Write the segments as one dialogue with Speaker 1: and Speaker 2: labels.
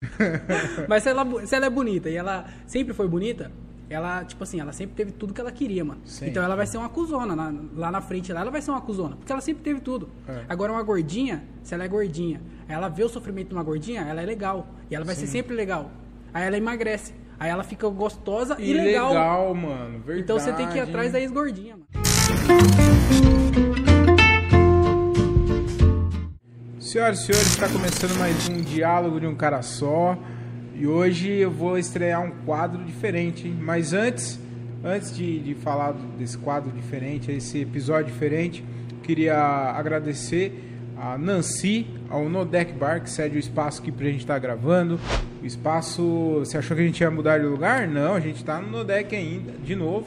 Speaker 1: Mas se ela, se ela é bonita e ela sempre foi bonita, ela, tipo assim, ela sempre teve tudo que ela queria, mano.
Speaker 2: Sim.
Speaker 1: Então ela vai ser uma cuzona. na- lá na frente, lá ela vai ser uma cuzona. Porque ela sempre teve tudo.
Speaker 2: É.
Speaker 1: Agora, uma gordinha, se ela é gordinha, ela vê o sofrimento de uma gordinha, ela é legal. E ela vai ser sempre legal. Aí ela emagrece. Aí ela fica gostosa e,
Speaker 2: E legal, mano. Verdade.
Speaker 1: Então você tem que ir atrás da ex-gordinha, mano.
Speaker 2: Senhoras e senhores, está começando mais um Diálogo de um Cara Só. E hoje eu vou estrear um quadro diferente, hein? Mas antes, antes de, de falar desse quadro diferente, esse episódio diferente, queria agradecer a Nancy, ao Nodec Bar, que cede o espaço aqui pra gente estar gravando. O espaço. Você achou que a gente ia mudar de lugar? Não, a gente tá no Nodec ainda, de novo.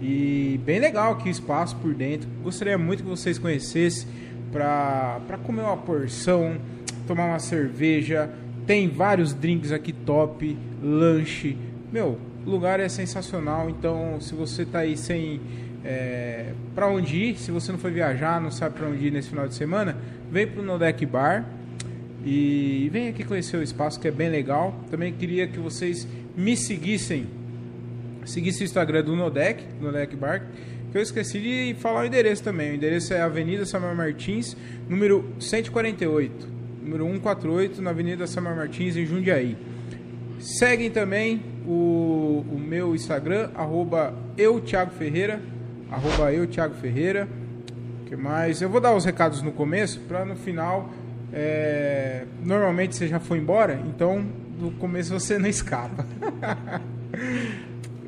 Speaker 2: E bem legal aqui o espaço por dentro. Gostaria muito que vocês conhecessem para comer uma porção, tomar uma cerveja. Tem vários drinks aqui top, lanche. Meu, o lugar é sensacional. Então, se você tá aí sem é, para onde ir, se você não foi viajar, não sabe para onde ir nesse final de semana, vem pro Nodec Bar. E vem aqui conhecer o espaço que é bem legal. Também queria que vocês me seguissem. Seguisse o Instagram do Nodec, Nodec Bar, que eu esqueci de falar o endereço também. O endereço é Avenida Samuel Martins, número 148. Número 148, na Avenida Samuel Martins, em Jundiaí. Seguem também o, o meu Instagram, arroba eu, Thiago Ferreira, arroba eu, Thiago Ferreira. que mais? Eu vou dar os recados no começo, para no final, é, normalmente você já foi embora, então no começo você não escapa.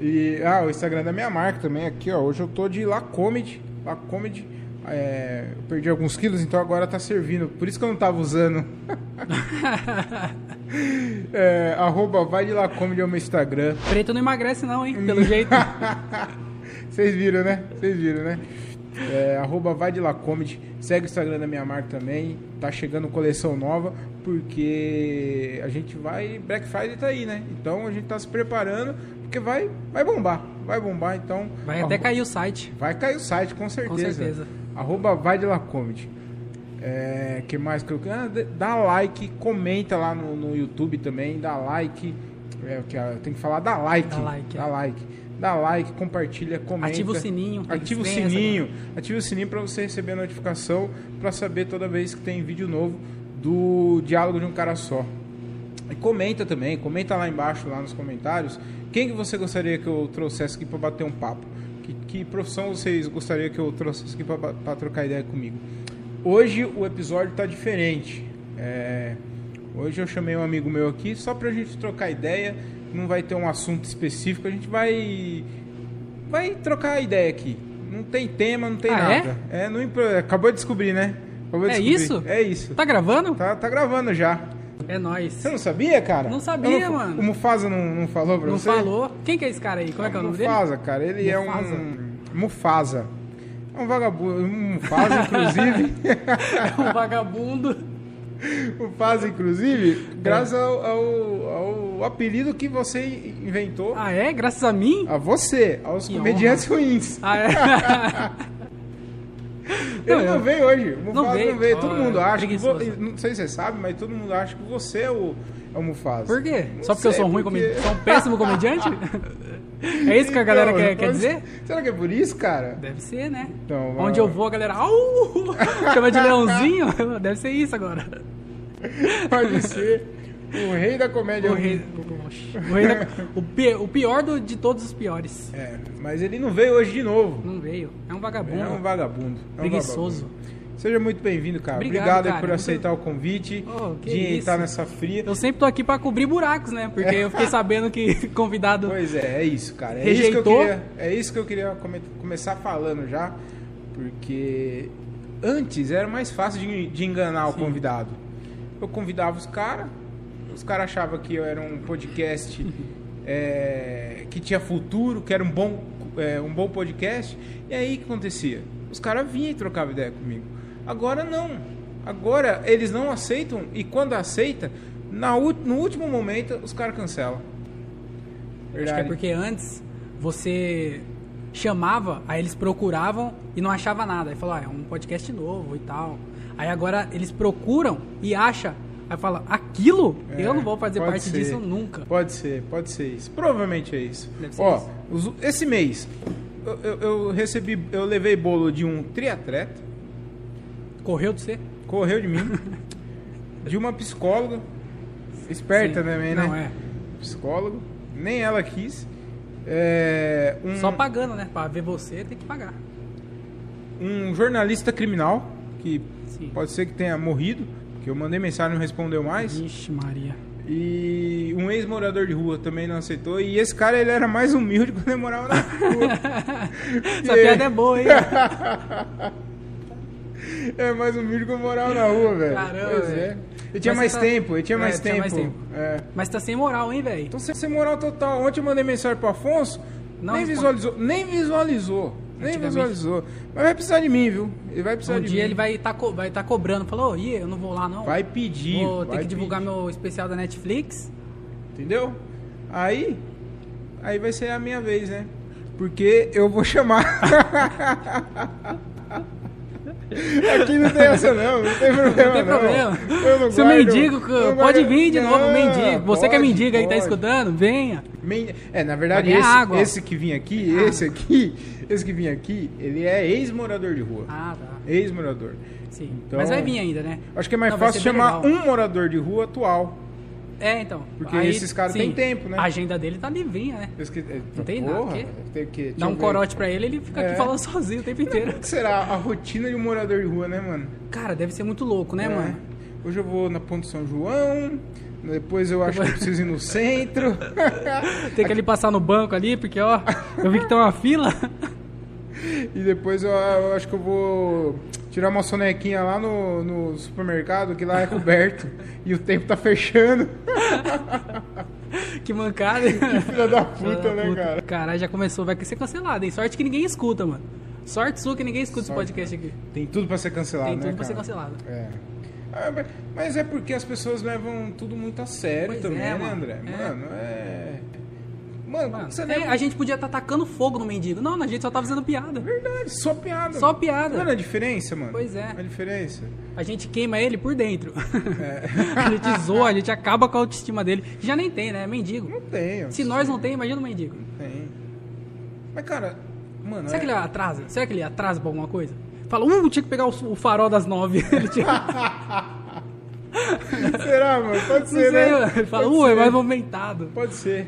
Speaker 2: E, ah, o Instagram da minha marca também aqui, ó. Hoje eu tô de Lacomed. Lacomed. É, eu perdi alguns quilos, então agora tá servindo. Por isso que eu não tava usando. é, arroba vai de Lacomed é o meu Instagram.
Speaker 1: Preto não emagrece, não, hein? Pelo jeito.
Speaker 2: Vocês viram, né? Vocês viram, né? É, arroba vai de lá comedy. Segue o Instagram da minha marca também. Tá chegando coleção nova, porque a gente vai. Black Friday tá aí, né? Então a gente tá se preparando, porque vai, vai bombar. Vai bombar, então.
Speaker 1: Vai até
Speaker 2: arroba-
Speaker 1: cair o site.
Speaker 2: Vai cair o site, com certeza.
Speaker 1: certeza.
Speaker 2: Arroba vai de lá comedy. É, que mais que eu. Ah, dê- dá like, comenta lá no, no YouTube também, dá like. É, o que eu tenho que falar, dá like.
Speaker 1: Dá like,
Speaker 2: Dá
Speaker 1: é.
Speaker 2: like, Dá like, compartilha, comenta.
Speaker 1: Ativa o sininho, né? tem que
Speaker 2: Ativa o
Speaker 1: ver essa,
Speaker 2: sininho. Ativa o sininho para você receber a notificação, para saber toda vez que tem vídeo novo do Diálogo de um Cara Só. E comenta também, comenta lá embaixo, lá nos comentários, quem que você gostaria que eu trouxesse aqui para bater um papo? Que, que profissão vocês gostariam que eu trouxesse aqui para trocar ideia comigo? Hoje o episódio tá diferente. É, Hoje eu chamei um amigo meu aqui só pra gente trocar ideia. Não vai ter um assunto específico, a gente vai vai trocar ideia aqui. Não tem tema, não tem
Speaker 1: Ah, é?
Speaker 2: nada. É? não impro- acabou de descobrir, né? Acabou de
Speaker 1: É
Speaker 2: descobrir.
Speaker 1: isso?
Speaker 2: É isso.
Speaker 1: Tá gravando?
Speaker 2: Tá, tá gravando já.
Speaker 1: É nóis.
Speaker 2: Você não sabia, cara?
Speaker 1: Não sabia,
Speaker 2: Eu fa-
Speaker 1: mano.
Speaker 2: O Mufasa não, não falou pra
Speaker 1: Não
Speaker 2: você?
Speaker 1: falou? Quem que é esse cara aí? Como é que é o nome dele?
Speaker 2: Mufasa, cara. Ele
Speaker 1: Mufasa?
Speaker 2: é um... Mufasa. É um vagabundo. Um Mufasa, inclusive.
Speaker 1: É um vagabundo.
Speaker 2: O Paz, inclusive,
Speaker 1: É.
Speaker 2: graças ao, ao- ao apelido que você inventou
Speaker 1: Ah, é? Graças a mim?
Speaker 2: a você, aos
Speaker 1: Que
Speaker 2: comediantes ruins.
Speaker 1: Ah, é?
Speaker 2: Ele não,
Speaker 1: eu-
Speaker 2: veio hoje. O Mufasa
Speaker 1: Não
Speaker 2: não veio.
Speaker 1: veio.
Speaker 2: Todo
Speaker 1: Ah,
Speaker 2: mundo
Speaker 1: é
Speaker 2: acha. Que vo-
Speaker 1: preguiçoso.
Speaker 2: Não sei se você sabe, mas todo mundo acha que você é o, é o Mufasa.
Speaker 1: Por quê?
Speaker 2: Não
Speaker 1: Só porque eu
Speaker 2: sei,
Speaker 1: sou um ruim
Speaker 2: porque-
Speaker 1: comediante? Sou um péssimo comediante? É isso que a
Speaker 2: Então,
Speaker 1: galera quer, quer
Speaker 2: pode-
Speaker 1: dizer?
Speaker 2: Será que é por isso, cara?
Speaker 1: Deve ser, né?
Speaker 2: Então,
Speaker 1: Onde
Speaker 2: vai-
Speaker 1: eu vou, a galera. Au! Chama de leãozinho? Deve ser isso agora.
Speaker 2: Pode ser o rei da
Speaker 1: É.
Speaker 2: comédia. é um
Speaker 1: O rei, o, rei da- o pi- o pior do- de todos os piores.
Speaker 2: É, mas ele não veio hoje de novo.
Speaker 1: Não veio. É um vagabundo.
Speaker 2: É um vagabundo. É um
Speaker 1: Preguiçoso.
Speaker 2: vagabundo. Seja muito bem-vindo, cara.
Speaker 1: Obrigado,
Speaker 2: Obrigado, aí
Speaker 1: cara.
Speaker 2: por
Speaker 1: Muito-
Speaker 2: aceitar o convite,
Speaker 1: Oh, que
Speaker 2: de entrar
Speaker 1: isso.
Speaker 2: nessa fria.
Speaker 1: Eu sempre tô aqui pra cobrir buracos, né? Porque eu fiquei sabendo que convidado.
Speaker 2: Pois é, é isso, cara. É isso que eu
Speaker 1: Rejeitou?
Speaker 2: queria, é isso que eu queria come- começar falando já, porque antes era mais fácil de, de enganar o convidado. Eu convidava os caras, os caras achavam que eu era um podcast é, que tinha futuro, que era um bom, é, um bom podcast, e aí o que acontecia? Os caras vinham e trocavam ideia comigo. Agora não. Agora eles não aceitam e quando aceita, na ú- no último momento os caras cancelam.
Speaker 1: Acho que é porque antes você chamava, aí eles procuravam e não achava nada. Aí falou, ah, é um podcast novo e tal. Aí agora eles procuram e acha Aí fala, aquilo?
Speaker 2: É,
Speaker 1: eu não vou fazer
Speaker 2: pode
Speaker 1: parte
Speaker 2: ser.
Speaker 1: disso nunca.
Speaker 2: Pode ser, pode ser isso. Provavelmente é isso.
Speaker 1: Deve ser
Speaker 2: Ó,
Speaker 1: isso.
Speaker 2: os- esse mês eu, eu- eu recebi, eu levei bolo de um triatleta,
Speaker 1: Correu de você?
Speaker 2: correu de mim, de uma psicóloga, esperta
Speaker 1: Sim.
Speaker 2: também,
Speaker 1: Não, é.
Speaker 2: né? Psicólogo, nem ela quis. É,
Speaker 1: é.
Speaker 2: um,
Speaker 1: Só pagando, né? Pra ver você, tem que pagar.
Speaker 2: um jornalista criminal que
Speaker 1: Sim.
Speaker 2: pode ser que tenha morrido, porque eu mandei mensagem e não respondeu mais.
Speaker 1: Ixi, Maria.
Speaker 2: E um ex-morador de rua também não aceitou. E esse cara, ele era mais humilde quando ele morava na rua.
Speaker 1: Essa piada é boa, hein?
Speaker 2: é mais humilde quando morava na rua, velho.
Speaker 1: Caramba,
Speaker 2: Pois é.
Speaker 1: velho.
Speaker 2: Eu tinha
Speaker 1: Mas
Speaker 2: mais
Speaker 1: você tá-
Speaker 2: tempo, eu tinha
Speaker 1: É,
Speaker 2: mais
Speaker 1: tinha
Speaker 2: tempo.
Speaker 1: mais tempo.
Speaker 2: É.
Speaker 1: Mas tá sem moral, hein, velho?
Speaker 2: Então, sem sem moral total. Ontem eu mandei mensagem pro Afonso,
Speaker 1: Não
Speaker 2: nem
Speaker 1: responde.
Speaker 2: visualizou. Nem visualizou. Nem
Speaker 1: Antigamente.
Speaker 2: visualizou. Mas vai precisar de mim, viu? Ele vai precisar
Speaker 1: Um
Speaker 2: de
Speaker 1: dia
Speaker 2: mim.
Speaker 1: ele vai estar vai tá cobrando. Falou, ô, Iê, eu não vou lá, não.
Speaker 2: Vai pedir.
Speaker 1: vou ter
Speaker 2: vai
Speaker 1: que divulgar
Speaker 2: pedir.
Speaker 1: meu especial da Netflix.
Speaker 2: Entendeu? Aí, aí vai ser a minha vez, né? Porque eu vou chamar. Aqui não tem essa não, não tem problema.
Speaker 1: Não tem problema.
Speaker 2: Eu não
Speaker 1: Se o
Speaker 2: guardo-
Speaker 1: mendigo,
Speaker 2: eu não
Speaker 1: pode
Speaker 2: guardo-
Speaker 1: vir de novo,
Speaker 2: Não,
Speaker 1: mendigo. Você que é
Speaker 2: pode,
Speaker 1: mendigo aí que tá
Speaker 2: pode.
Speaker 1: escutando, venha.
Speaker 2: Men- É, na verdade,
Speaker 1: Vai ganhar
Speaker 2: esse,
Speaker 1: água.
Speaker 2: esse que vinha aqui,
Speaker 1: ganhar
Speaker 2: esse aqui, esse que vinha aqui, ele é ex-morador de rua.
Speaker 1: Ah, tá.
Speaker 2: Ex-morador.
Speaker 1: Sim.
Speaker 2: Então-
Speaker 1: Mas vai vir ainda, né?
Speaker 2: Acho que é mais
Speaker 1: Não, vai
Speaker 2: fácil
Speaker 1: ser bem
Speaker 2: chamar
Speaker 1: legal.
Speaker 2: um morador de rua atual.
Speaker 1: É, então.
Speaker 2: Porque esses caras
Speaker 1: sim,
Speaker 2: têm tempo, né?
Speaker 1: A agenda dele tá livrinha, né?
Speaker 2: Eu esque- é,
Speaker 1: Não tem nada,
Speaker 2: porra,
Speaker 1: quê?
Speaker 2: Tem que, deixa
Speaker 1: Dá
Speaker 2: eu
Speaker 1: um
Speaker 2: ver.
Speaker 1: corote pra ele, ele fica
Speaker 2: É.
Speaker 1: aqui falando sozinho o tempo inteiro.
Speaker 2: Como que será a rotina de um morador de rua, né, mano?
Speaker 1: Cara, deve ser muito louco, né,
Speaker 2: É.
Speaker 1: mano?
Speaker 2: Hoje eu vou na Ponte São João, depois eu acho que eu preciso ir no centro.
Speaker 1: Tem que ele passar no banco ali, porque, ó, eu vi que tem uma fila.
Speaker 2: e depois eu, eu acho que eu vou tirar uma sonequinha lá no, no supermercado, que lá é coberto e o tempo tá fechando.
Speaker 1: que mancada.
Speaker 2: Filha da puta, né, cara?
Speaker 1: Caralho, já começou, vai ser cancelado, hein? Sorte que ninguém escuta, mano. Sorte sua que ninguém escuta
Speaker 2: Sorte, né?
Speaker 1: esse podcast aqui.
Speaker 2: Tem tudo pra ser cancelado,
Speaker 1: Tem
Speaker 2: né,
Speaker 1: tudo pra ser
Speaker 2: cara?
Speaker 1: cancelado.
Speaker 2: É. Ah, mas- Mas é porque as pessoas levam tudo muito a sério
Speaker 1: Pois
Speaker 2: também,
Speaker 1: é,
Speaker 2: né,
Speaker 1: mano.
Speaker 2: André?
Speaker 1: É.
Speaker 2: Mano, é. Mano,
Speaker 1: Mano,
Speaker 2: você
Speaker 1: é,
Speaker 2: leva.
Speaker 1: a gente podia estar tacando fogo no mendigo. Não, a gente só tá fazendo piada.
Speaker 2: Verdade, só piada.
Speaker 1: Só
Speaker 2: mano.
Speaker 1: piada.
Speaker 2: Mano, a diferença, mano.
Speaker 1: Pois é.
Speaker 2: A diferença.
Speaker 1: A gente queima ele por dentro.
Speaker 2: É.
Speaker 1: a gente zoa, a gente acaba com a autoestima dele. Que já nem tem, né? É mendigo.
Speaker 2: Não tem. ó.
Speaker 1: Se nós não tem, imagina o mendigo.
Speaker 2: Tem. Mas, cara, mano.
Speaker 1: Será
Speaker 2: é-
Speaker 1: que ele atrasa? Será que ele atrasa pra alguma coisa? Fala, uh, tinha que pegar o, o farol das nove. Ele
Speaker 2: Ah,
Speaker 1: tinha...
Speaker 2: Será, mano? Pode
Speaker 1: Não
Speaker 2: ser,
Speaker 1: sei,
Speaker 2: né?
Speaker 1: mano. Ele fala,
Speaker 2: Pode
Speaker 1: uh, é
Speaker 2: ser.
Speaker 1: mais movimentado.
Speaker 2: Pode ser.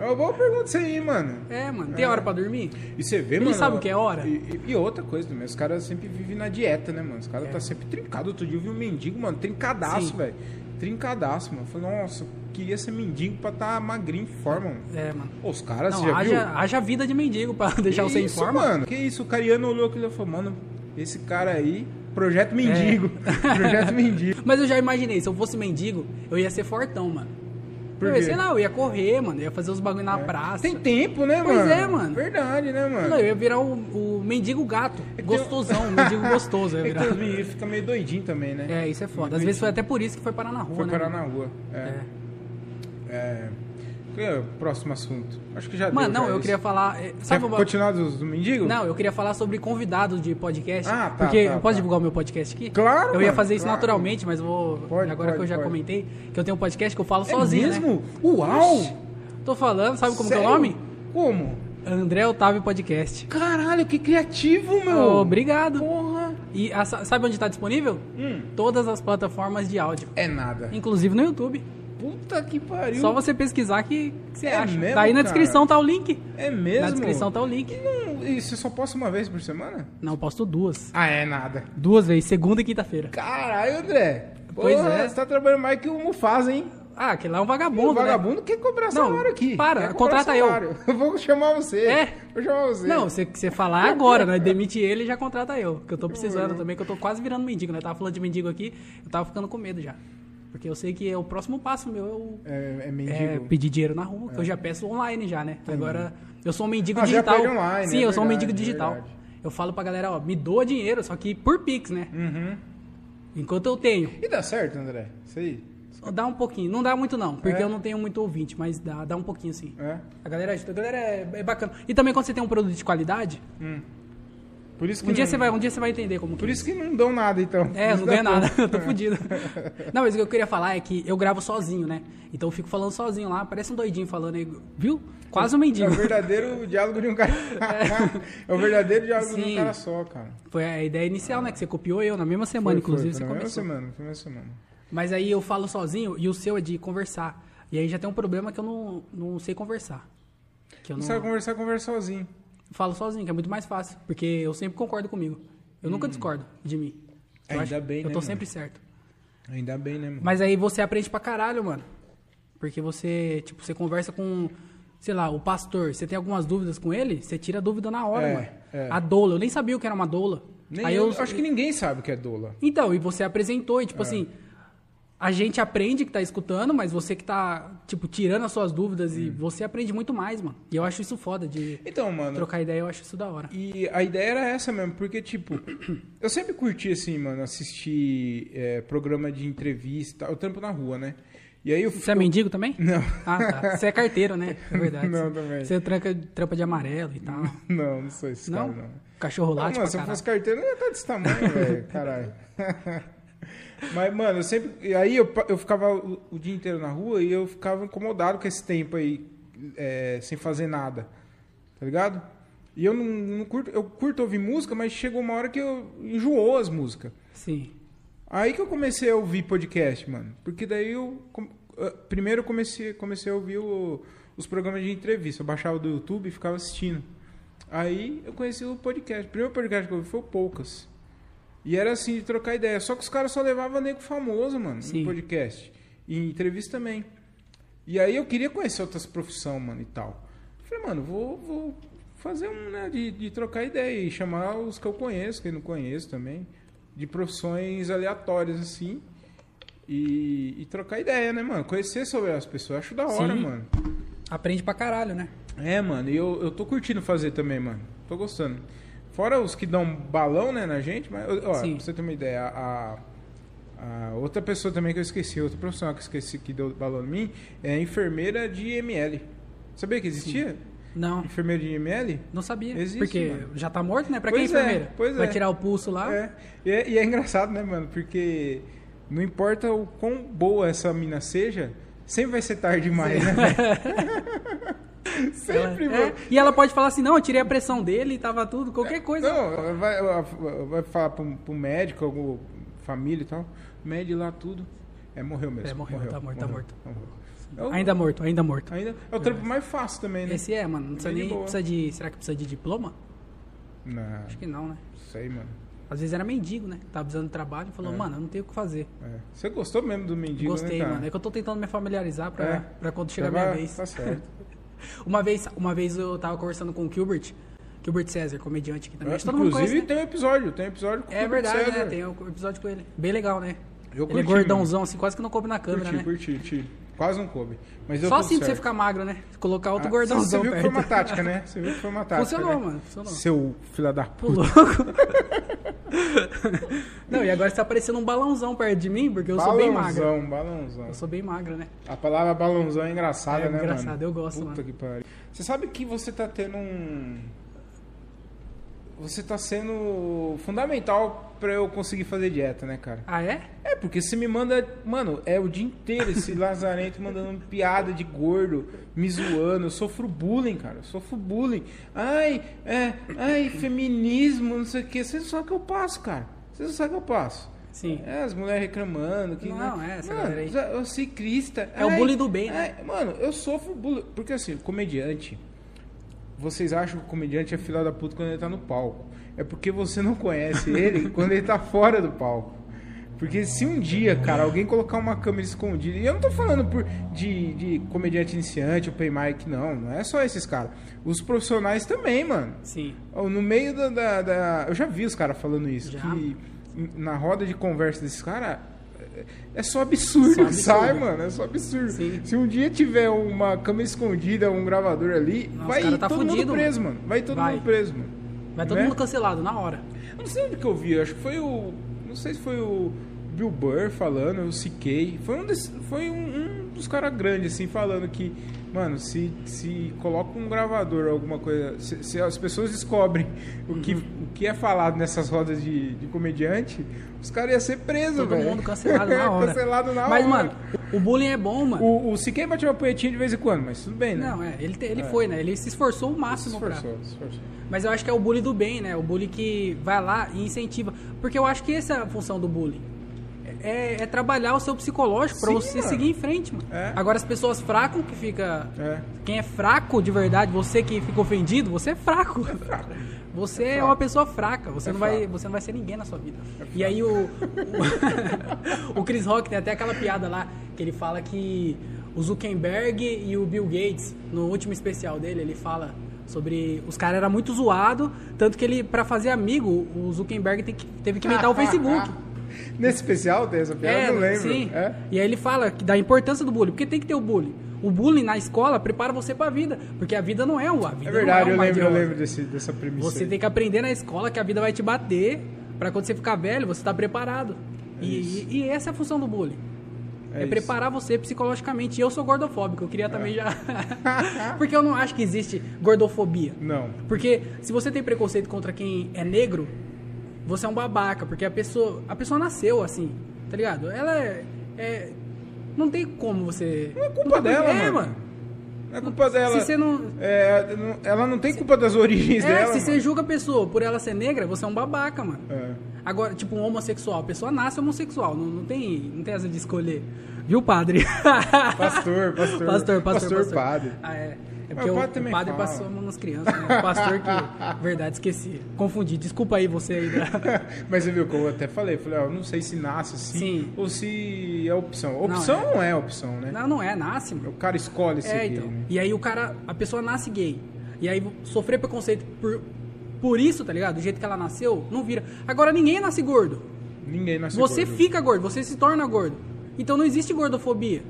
Speaker 2: É uma boa pergunta isso aí, mano.
Speaker 1: É, mano, tem hora pra dormir?
Speaker 2: E você vê,
Speaker 1: Ele
Speaker 2: mano.
Speaker 1: sabe o que é hora?
Speaker 2: E, e- e outra coisa também, os caras sempre vivem na dieta, né, mano? Os caras tá sempre trincado. Outro dia eu vi um mendigo, mano, trincadaço,
Speaker 1: É. Sim.
Speaker 2: velho. Trincadaço, mano. Eu falei, nossa, queria ser mendigo pra tá magrinho em forma, mano.
Speaker 1: É, mano.
Speaker 2: Ô, Os caras, você
Speaker 1: Não,
Speaker 2: já viu?
Speaker 1: haja, haja vida de mendigo pra deixar
Speaker 2: que
Speaker 1: você em
Speaker 2: isso,
Speaker 1: forma.
Speaker 2: Mano? Que isso, o Cariano olhou aquilo e falou, mano, esse cara aí, projeto mendigo.
Speaker 1: É.
Speaker 2: projeto mendigo.
Speaker 1: Mas eu já imaginei, se eu fosse mendigo, eu ia ser fortão, mano.
Speaker 2: Por
Speaker 1: eu
Speaker 2: quê?
Speaker 1: ia, sei lá, eu ia correr, mano, eu ia fazer os bagulho na praça.
Speaker 2: É. Tem tempo, né,
Speaker 1: Pois
Speaker 2: mano?
Speaker 1: é, mano.
Speaker 2: Verdade, né, mano?
Speaker 1: Não, eu ia virar o, o mendigo gato.
Speaker 2: tem um-
Speaker 1: Gostosão, mendigo gostoso. Eu ia
Speaker 2: É que os
Speaker 1: virar.
Speaker 2: meninos ficam meio doidinho também, né?
Speaker 1: É, isso é foda. Às vezes foi até por isso que foi parar na rua,
Speaker 2: Foi
Speaker 1: né?
Speaker 2: parar
Speaker 1: mano?
Speaker 2: na rua. É. É. Qual é o próximo assunto? Acho que já
Speaker 1: Mano,
Speaker 2: deu,
Speaker 1: não,
Speaker 2: já
Speaker 1: eu
Speaker 2: esse.
Speaker 1: queria falar. é,
Speaker 2: Quer
Speaker 1: Sabe o bagulho?
Speaker 2: continuar dos, do mendigo?
Speaker 1: Não, eu queria falar sobre convidados de podcast.
Speaker 2: Ah, tá,
Speaker 1: Porque
Speaker 2: tá,
Speaker 1: eu posso
Speaker 2: tá.
Speaker 1: divulgar o meu podcast aqui?
Speaker 2: Claro,
Speaker 1: Eu ia
Speaker 2: mano,
Speaker 1: fazer isso
Speaker 2: claro.
Speaker 1: naturalmente, mas vou.
Speaker 2: Pode,
Speaker 1: agora que
Speaker 2: pode,
Speaker 1: eu já
Speaker 2: pode.
Speaker 1: comentei, que eu tenho um podcast que eu falo
Speaker 2: É
Speaker 1: sozinho. né?
Speaker 2: mesmo? Uau!
Speaker 1: Tô falando, sabe como que é o
Speaker 2: Sério?
Speaker 1: nome?
Speaker 2: Como?
Speaker 1: André Otávio Podcast.
Speaker 2: Caralho, que criativo, meu!
Speaker 1: Obrigado.
Speaker 2: Porra!
Speaker 1: E a- sabe onde tá disponível?
Speaker 2: Hum.
Speaker 1: Todas as plataformas de áudio.
Speaker 2: É nada.
Speaker 1: Inclusive no YouTube.
Speaker 2: Puta que pariu!
Speaker 1: Só você pesquisar que, que você
Speaker 2: É
Speaker 1: acha.
Speaker 2: mesmo,
Speaker 1: tá aí na
Speaker 2: cara?
Speaker 1: descrição, tá o link.
Speaker 2: É mesmo?
Speaker 1: Na descrição tá o link.
Speaker 2: Não, e você só posta uma vez por semana?
Speaker 1: Não, eu posto duas.
Speaker 2: Ah, é nada.
Speaker 1: Duas vezes, segunda e quinta-feira.
Speaker 2: Caralho, André.
Speaker 1: Pois
Speaker 2: Porra,
Speaker 1: é.
Speaker 2: Você tá trabalhando mais que o Mufasa, hein?
Speaker 1: Ah, aquele lá é um
Speaker 2: O
Speaker 1: vagabundo, né?
Speaker 2: vagabundo quer cobrar salário aqui.
Speaker 1: para,
Speaker 2: Quer cobrar
Speaker 1: contrata
Speaker 2: salário. eu. Vou chamar você.
Speaker 1: É?
Speaker 2: Vou chamar você.
Speaker 1: Não, você, você falar agora, né? Demite ele e já contrata eu. Que eu
Speaker 2: É.
Speaker 1: tô precisando também, que eu tô quase virando mendigo, né? Eu tava falando de mendigo aqui, eu tava ficando com medo já. Porque eu sei que é o próximo passo meu é o
Speaker 2: É, é
Speaker 1: é,
Speaker 2: mendigo.
Speaker 1: pedir dinheiro na rua, que eu já peço online já, né? Agora, eu sou um mendigo
Speaker 2: é. Ah, já
Speaker 1: digital.
Speaker 2: pede online,
Speaker 1: Sim,
Speaker 2: é
Speaker 1: eu sou um
Speaker 2: verdade,
Speaker 1: mendigo
Speaker 2: é
Speaker 1: digital.
Speaker 2: verdade.
Speaker 1: eu falo pra galera, ó, me doa dinheiro, só que por Pix, né?
Speaker 2: Uhum.
Speaker 1: Enquanto eu tenho.
Speaker 2: E dá certo, André? Isso aí?
Speaker 1: Dá um pouquinho. Não dá muito, não, porque
Speaker 2: É.
Speaker 1: eu não tenho muito ouvinte, mas dá, dá um pouquinho sim.
Speaker 2: É?
Speaker 1: A galera ajuda, a galera é, é bacana. E também quando você tem um produto de qualidade,
Speaker 2: Hum. Por isso que
Speaker 1: Um dia,
Speaker 2: não-
Speaker 1: você vai, um dia você vai entender como que
Speaker 2: Por isso que não dão nada, então.
Speaker 1: É, eu
Speaker 2: Isso
Speaker 1: não
Speaker 2: dá
Speaker 1: ganho nada,
Speaker 2: pouco.
Speaker 1: eu tô fudido. Não, mas o que eu queria falar é que eu gravo sozinho, né? Então eu fico falando sozinho lá, parece um doidinho falando aí, viu? Quase um
Speaker 2: É o
Speaker 1: mendigo.
Speaker 2: verdadeiro diálogo de um cara. é o verdadeiro diálogo de um
Speaker 1: Sim.
Speaker 2: cara só, cara.
Speaker 1: Foi a ideia inicial, né? Que você copiou eu na mesma semana, inclusive, você
Speaker 2: foi, foi, na mesma
Speaker 1: começou.
Speaker 2: semana, foi na mesma semana.
Speaker 1: Mas aí eu falo sozinho e o seu é de conversar. E aí já tem um problema que eu não, não sei conversar. Que eu
Speaker 2: Não
Speaker 1: não
Speaker 2: sabe conversar, conversa sozinho.
Speaker 1: falo sozinho, que é muito mais fácil. Porque eu sempre concordo comigo. Eu nunca discordo de mim. Eu
Speaker 2: Hum. Ainda bem,
Speaker 1: Eu
Speaker 2: né,
Speaker 1: tô
Speaker 2: mano?
Speaker 1: sempre certo.
Speaker 2: Ainda bem, né, mano?
Speaker 1: Mas aí você aprende pra caralho, mano. Porque você, tipo, você conversa com, sei lá, o pastor, você tem algumas dúvidas com ele, você tira a dúvida na hora,
Speaker 2: É,
Speaker 1: mano.
Speaker 2: é.
Speaker 1: A doula, eu nem sabia o que era uma doula.
Speaker 2: Nem
Speaker 1: aí
Speaker 2: eu, acho que ninguém sabe o que é doula.
Speaker 1: Então, e você apresentou, e tipo assim, a gente aprende que tá escutando, mas você que tá, tipo, tirando as suas dúvidas e
Speaker 2: Hum.
Speaker 1: você aprende muito mais, mano. E eu acho isso foda de
Speaker 2: Então, mano,
Speaker 1: trocar ideia, eu acho isso da hora.
Speaker 2: E a ideia era essa mesmo, porque, tipo, eu sempre curti, assim, mano, assistir é, programa de entrevista, o trampo na rua, né? E aí eu
Speaker 1: Você é mendigo também?
Speaker 2: Não.
Speaker 1: Ah, tá. Você é carteiro, né? É verdade.
Speaker 2: Não, também.
Speaker 1: Você tranca trampa de amarelo e tal.
Speaker 2: Não, não sou esse
Speaker 1: Não?
Speaker 2: cara, não.
Speaker 1: Cachorro
Speaker 2: Não,
Speaker 1: late
Speaker 2: mano,
Speaker 1: pra
Speaker 2: se eu
Speaker 1: caralho.
Speaker 2: fosse carteiro, eu ia estar desse tamanho, velho. Caralho. Mas, mano, eu sempre. E aí eu, pa- eu ficava o, o dia inteiro na rua e eu ficava incomodado com esse tempo aí, é, sem fazer nada. Tá ligado? E eu não, não curto. Eu curto ouvir música, mas chegou uma hora que eu enjoou as músicas.
Speaker 1: Sim.
Speaker 2: Aí que eu comecei a ouvir podcast, mano. Porque daí eu. com- ah, Primeiro eu comecei, comecei a ouvir o- os programas de entrevista. Eu baixava do YouTube e ficava assistindo. Aí eu conheci o podcast. O primeiro podcast que eu ouvi foi o Poucas. E era assim, de trocar ideia. Só que os caras só levavam nego famoso, mano,
Speaker 1: Sim.
Speaker 2: no podcast. E em entrevista também. E aí eu queria conhecer outras profissões, mano, e tal. Falei, mano, vou, vou fazer um, né, de, de trocar ideia e chamar os que eu conheço, quem não conheço também, de profissões aleatórias, assim, e, e trocar ideia, né, mano? Conhecer sobre as pessoas, acho da hora,
Speaker 1: Sim.
Speaker 2: mano.
Speaker 1: Aprende pra caralho, né?
Speaker 2: É, mano, e eu, eu tô curtindo fazer também, mano. Tô gostando. Fora os que dão balão, né, na gente, mas, ó, pra
Speaker 1: Sim.
Speaker 2: você ter uma ideia, a, a outra pessoa também que eu esqueci, outra profissional que eu esqueci que deu balão em mim, é enfermeira de ML. Sabia que existia?
Speaker 1: Não,
Speaker 2: Enfermeira de ML?
Speaker 1: não sabia.
Speaker 2: Existe,
Speaker 1: porque
Speaker 2: mano.
Speaker 1: já tá morto, né? Pra
Speaker 2: Pois
Speaker 1: quem é
Speaker 2: é,
Speaker 1: enfermeira?
Speaker 2: pois
Speaker 1: Vai
Speaker 2: é.
Speaker 1: tirar o pulso lá.
Speaker 2: É. E, é, e é engraçado, né, mano? Porque não importa o quão boa essa mina seja, sempre vai ser tarde demais, né? sempre,
Speaker 1: Ela-
Speaker 2: mano. É.
Speaker 1: é. E ela pode falar assim, não, eu tirei a pressão dele, tava tudo, qualquer coisa.
Speaker 2: Não, vai, vai falar pro, pro médico, algum família e tal. Mede lá tudo. É, morreu mesmo.
Speaker 1: É, morreu, tá morto, tá morto.
Speaker 2: morreu. É o-
Speaker 1: Ainda morto, ainda morto.
Speaker 2: ainda- é o trampo mais fácil também, né?
Speaker 1: Esse é, mano. Não precisa
Speaker 2: Bem de
Speaker 1: nem.
Speaker 2: boa.
Speaker 1: Precisa de. Será que precisa de diploma?
Speaker 2: Não,
Speaker 1: Acho que não, né?
Speaker 2: sei, mano.
Speaker 1: Às vezes era mendigo, né? Tava precisando de trabalho e falou, mano, eu não tenho o que fazer.
Speaker 2: É. Você gostou mesmo do mendigo,
Speaker 1: Gostei,
Speaker 2: né, cara?
Speaker 1: mano. É que eu tô tentando me familiarizar pra,
Speaker 2: É.
Speaker 1: pra quando chegar a
Speaker 2: Tá-
Speaker 1: minha vez.
Speaker 2: Tá certo.
Speaker 1: Uma vez, uma vez eu tava conversando com o Gilbert, Gilbert César, comediante aqui também. Acho que todo mundo
Speaker 2: Inclusive,
Speaker 1: conhece, né?
Speaker 2: tem um episódio. Tem um episódio com o
Speaker 1: É
Speaker 2: Felipe
Speaker 1: verdade,
Speaker 2: César.
Speaker 1: né? Tem um episódio com ele. Bem legal, né?
Speaker 2: Eu
Speaker 1: ele é
Speaker 2: curti,
Speaker 1: gordãozão, assim, quase que não coube na câmera,
Speaker 2: Curti,
Speaker 1: né?
Speaker 2: curti, curti. Quase não coube. Mas deu
Speaker 1: Só
Speaker 2: tudo
Speaker 1: assim pra você
Speaker 2: certo.
Speaker 1: ficar magro, né? Colocar outro
Speaker 2: Ah, Você
Speaker 1: gordãozão
Speaker 2: viu que
Speaker 1: perto.
Speaker 2: foi uma tática, né? Você viu que foi uma tática.
Speaker 1: Funcionou,
Speaker 2: né?
Speaker 1: mano. Funcionou.
Speaker 2: Seu filho da
Speaker 1: Ô,
Speaker 2: puta.
Speaker 1: louco. não, e agora você tá parecendo um balãozão perto de mim, porque eu sou bem magro.
Speaker 2: Balãozão, balãozão.
Speaker 1: Eu sou bem magra, né?
Speaker 2: A palavra balãozão é engraçada,
Speaker 1: É
Speaker 2: né, mano?
Speaker 1: engraçado, eu gosto,
Speaker 2: Puta
Speaker 1: mano.
Speaker 2: que pariu. Você sabe que você tá tendo um... Você tá sendo fundamental pra eu conseguir fazer dieta, né, cara?
Speaker 1: Ah, é?
Speaker 2: É, porque você me manda... Mano, é o dia inteiro esse lazarento mandando piada de gordo, me zoando. Eu sofro bullying, cara. Eu sofro bullying. Ai, é... Ai, feminismo, não sei o quê. Você não sabe o que eu passo, cara. Você não sabe o que eu passo.
Speaker 1: Sim.
Speaker 2: É, as mulheres reclamando. Que,
Speaker 1: Não,
Speaker 2: né?
Speaker 1: é, essa
Speaker 2: Mano,
Speaker 1: galera aí.
Speaker 2: já- Eu ciclista.
Speaker 1: É o bullying do bem,
Speaker 2: ai, Mano, eu sofro bullying. Porque assim, comediante. Vocês acham que o comediante é filha da puta quando ele tá no palco. É porque você não conhece ele quando ele tá fora do palco. Porque se um dia, cara, alguém colocar uma câmera escondida, e eu não tô falando por, de, de comediante iniciante, open mic, não, não é só esses caras. Os profissionais também, mano.
Speaker 1: Sim.
Speaker 2: Oh, No meio da, da- da- Eu já vi os caras falando isso.
Speaker 1: Já.
Speaker 2: Que na roda de conversa desses caras. é- É só absurdo,
Speaker 1: Só absurdo.
Speaker 2: sai, mano. É só absurdo.
Speaker 1: Sim.
Speaker 2: Se um dia tiver uma câmera escondida, um gravador ali,
Speaker 1: Nossa, o
Speaker 2: vai
Speaker 1: cara tá
Speaker 2: todo mundo
Speaker 1: fudido,
Speaker 2: preso, mano. Vai todo
Speaker 1: Vai.
Speaker 2: mundo preso, mano.
Speaker 1: Vai todo
Speaker 2: Né?
Speaker 1: mundo cancelado na hora.
Speaker 2: Eu não sei onde que eu vi, acho que foi o. Não sei se foi o Bill Burr falando, eu Siquei. Foi um desses. Foi um, um dos caras grandes, assim, falando que, mano, se, se coloca um gravador ou alguma coisa, se, se as pessoas descobrem o que,
Speaker 1: Uhum.
Speaker 2: o que é falado nessas rodas de, de comediante, os caras iam ser presos,
Speaker 1: Todo
Speaker 2: velho.
Speaker 1: mundo cancelado na hora.
Speaker 2: Cancelado na
Speaker 1: mas,
Speaker 2: hora.
Speaker 1: mano, o bullying é bom, mano.
Speaker 2: O, o Siqueira bateu uma punhetinha de vez em quando, mas tudo bem, né?
Speaker 1: Não, é, ele, te- ele foi, né? Ele se esforçou o máximo pra.
Speaker 2: esforçou, esforçou.
Speaker 1: Mas eu acho que é o bullying do bem, né? O bullying que vai lá e incentiva. Porque eu acho que essa é a função do bullying. É, é trabalhar o seu psicológico pra
Speaker 2: Sim,
Speaker 1: você
Speaker 2: mano.
Speaker 1: seguir em frente, mano.
Speaker 2: É.
Speaker 1: Agora as pessoas fracas que fica.
Speaker 2: É.
Speaker 1: Quem é fraco de verdade, você que fica ofendido, você é fraco. Você é, uma pessoa fraca, você, não vai,
Speaker 2: fraco.
Speaker 1: você não vai ser ninguém na sua vida. e aí o, o, o Chris Rock tem até aquela piada lá que ele fala que o Zuckerberg e o Bill Gates, no último especial dele, ele fala sobre os caras era muito zoado, tanto que ele para fazer amigo, o Zuckerberg tem que- teve que inventar o Facebook.
Speaker 2: Nesse especial tem essa piada,
Speaker 1: É,
Speaker 2: eu não lembro.
Speaker 1: Sim.
Speaker 2: É?
Speaker 1: E aí ele fala que- da importância do bullying, porque tem que ter o bullying. O bullying na escola prepara você pra vida, porque a vida não é o a vida não
Speaker 2: É verdade,
Speaker 1: é
Speaker 2: eu
Speaker 1: uma
Speaker 2: lembro, eu
Speaker 1: rosa.
Speaker 2: lembro desse, dessa premissa.
Speaker 1: Você
Speaker 2: aí.
Speaker 1: tem que aprender na escola que a vida vai te bater pra quando você ficar velho, você tá preparado. E, e- e essa é a função do bullying.
Speaker 2: É
Speaker 1: É,
Speaker 2: isso. É.
Speaker 1: preparar você psicologicamente. E eu sou gordofóbico, eu queria também já. Porque eu não acho que existe gordofobia.
Speaker 2: Não.
Speaker 1: Porque se você tem preconceito contra quem é negro, você é um babaca, porque a pessoa, a pessoa nasceu assim, tá ligado? Ela é, é- não tem como você Não
Speaker 2: é culpa dela, mano. Não é culpa dela.
Speaker 1: Se você não
Speaker 2: É, não- ela não tem culpa das origens
Speaker 1: é,
Speaker 2: dela.
Speaker 1: se você
Speaker 2: mano.
Speaker 1: julga a pessoa por ela ser negra, você é um babaca, mano.
Speaker 2: É.
Speaker 1: Agora, tipo, um homossexual. A pessoa nasce homossexual. Não, não tem, não tem essa de escolher. Viu, padre?
Speaker 2: Pastor, pastor.
Speaker 1: pastor, pastor,
Speaker 2: Pastor,
Speaker 1: pastor.
Speaker 2: padre.
Speaker 1: Ah, é. É
Speaker 2: Mas
Speaker 1: porque
Speaker 2: o
Speaker 1: o o
Speaker 2: padre
Speaker 1: padre,
Speaker 2: também fala.
Speaker 1: passou a mão nas crianças, né? O pastor que... Verdade, esqueci. Confundi. Desculpa aí você aí. da-
Speaker 2: Mas você viu que eu até falei, falei, ó, eu não sei se nasce assim
Speaker 1: Sim.
Speaker 2: ou se é opção. Opção não é, opção, né?
Speaker 1: Não, não é. Nasce, mano.
Speaker 2: O cara escolhe ser
Speaker 1: É,
Speaker 2: gay,
Speaker 1: então.
Speaker 2: né?
Speaker 1: E aí o cara... A pessoa nasce gay. E aí sofrer preconceito por, por isso, tá ligado? Do jeito que ela nasceu, não vira. Agora, ninguém nasce gordo.
Speaker 2: Ninguém nasce
Speaker 1: Você
Speaker 2: gordo.
Speaker 1: fica gordo, você se torna gordo. Então não existe gordofobia.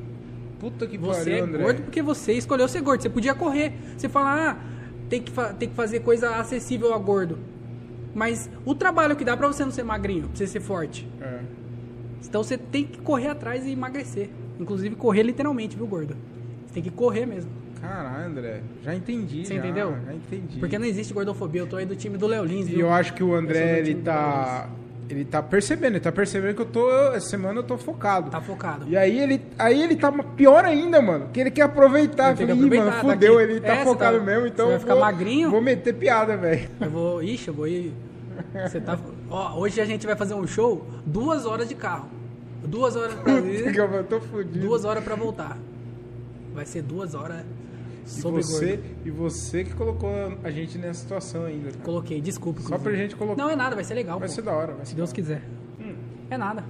Speaker 2: Puta que
Speaker 1: Você
Speaker 2: pariu,
Speaker 1: é
Speaker 2: André.
Speaker 1: gordo porque você escolheu ser gordo. Você podia correr. Você fala, ah, tem que, fa- tem que fazer coisa acessível a gordo. Mas o trabalho que dá pra você não ser magrinho, pra você ser forte.
Speaker 2: É.
Speaker 1: Então você tem que correr atrás e emagrecer. Inclusive correr literalmente, viu, gordo? Você tem que correr mesmo.
Speaker 2: Caralho, André. Já entendi.
Speaker 1: Você
Speaker 2: já,
Speaker 1: entendeu?
Speaker 2: Ah, Já entendi.
Speaker 1: Porque não existe gordofobia. Eu tô aí do time do Léo Lins,
Speaker 2: E
Speaker 1: viu?
Speaker 2: eu acho que o
Speaker 1: Eu sou
Speaker 2: André,
Speaker 1: do
Speaker 2: ele
Speaker 1: time
Speaker 2: tá. Ele tá percebendo, ele tá percebendo que eu tô. Essa semana eu tô focado.
Speaker 1: Tá focado.
Speaker 2: E aí ele, aí ele tá pior ainda, mano. Que ele quer aproveitar. Eu
Speaker 1: Ele tem que
Speaker 2: falei, "Ih, mano,
Speaker 1: aproveitar, tá
Speaker 2: fudeu,
Speaker 1: aqui."
Speaker 2: ele tá
Speaker 1: É, você
Speaker 2: focado
Speaker 1: tá-
Speaker 2: mesmo, então.
Speaker 1: você vai
Speaker 2: eu
Speaker 1: ficar
Speaker 2: vou-
Speaker 1: magrinho?
Speaker 2: Vou meter piada, velho.
Speaker 1: Eu vou. Ixi, eu vou ir. Você tá. Ó, hoje a gente vai fazer um show, duas horas de carro. Duas horas pra ir,
Speaker 2: Eu tô fudido.
Speaker 1: duas horas pra voltar. Vai ser duas horas
Speaker 2: e,
Speaker 1: sobre
Speaker 2: você,
Speaker 1: gordo.
Speaker 2: e você que colocou a gente nessa situação ainda. cara.
Speaker 1: Coloquei, desculpa.
Speaker 2: Só pra
Speaker 1: inclusive.
Speaker 2: gente colocar.
Speaker 1: Não é nada, vai ser legal.
Speaker 2: vai
Speaker 1: pô.
Speaker 2: ser Hum. da hora, vai
Speaker 1: Se
Speaker 2: ser
Speaker 1: Deus
Speaker 2: da hora.
Speaker 1: quiser. É nada.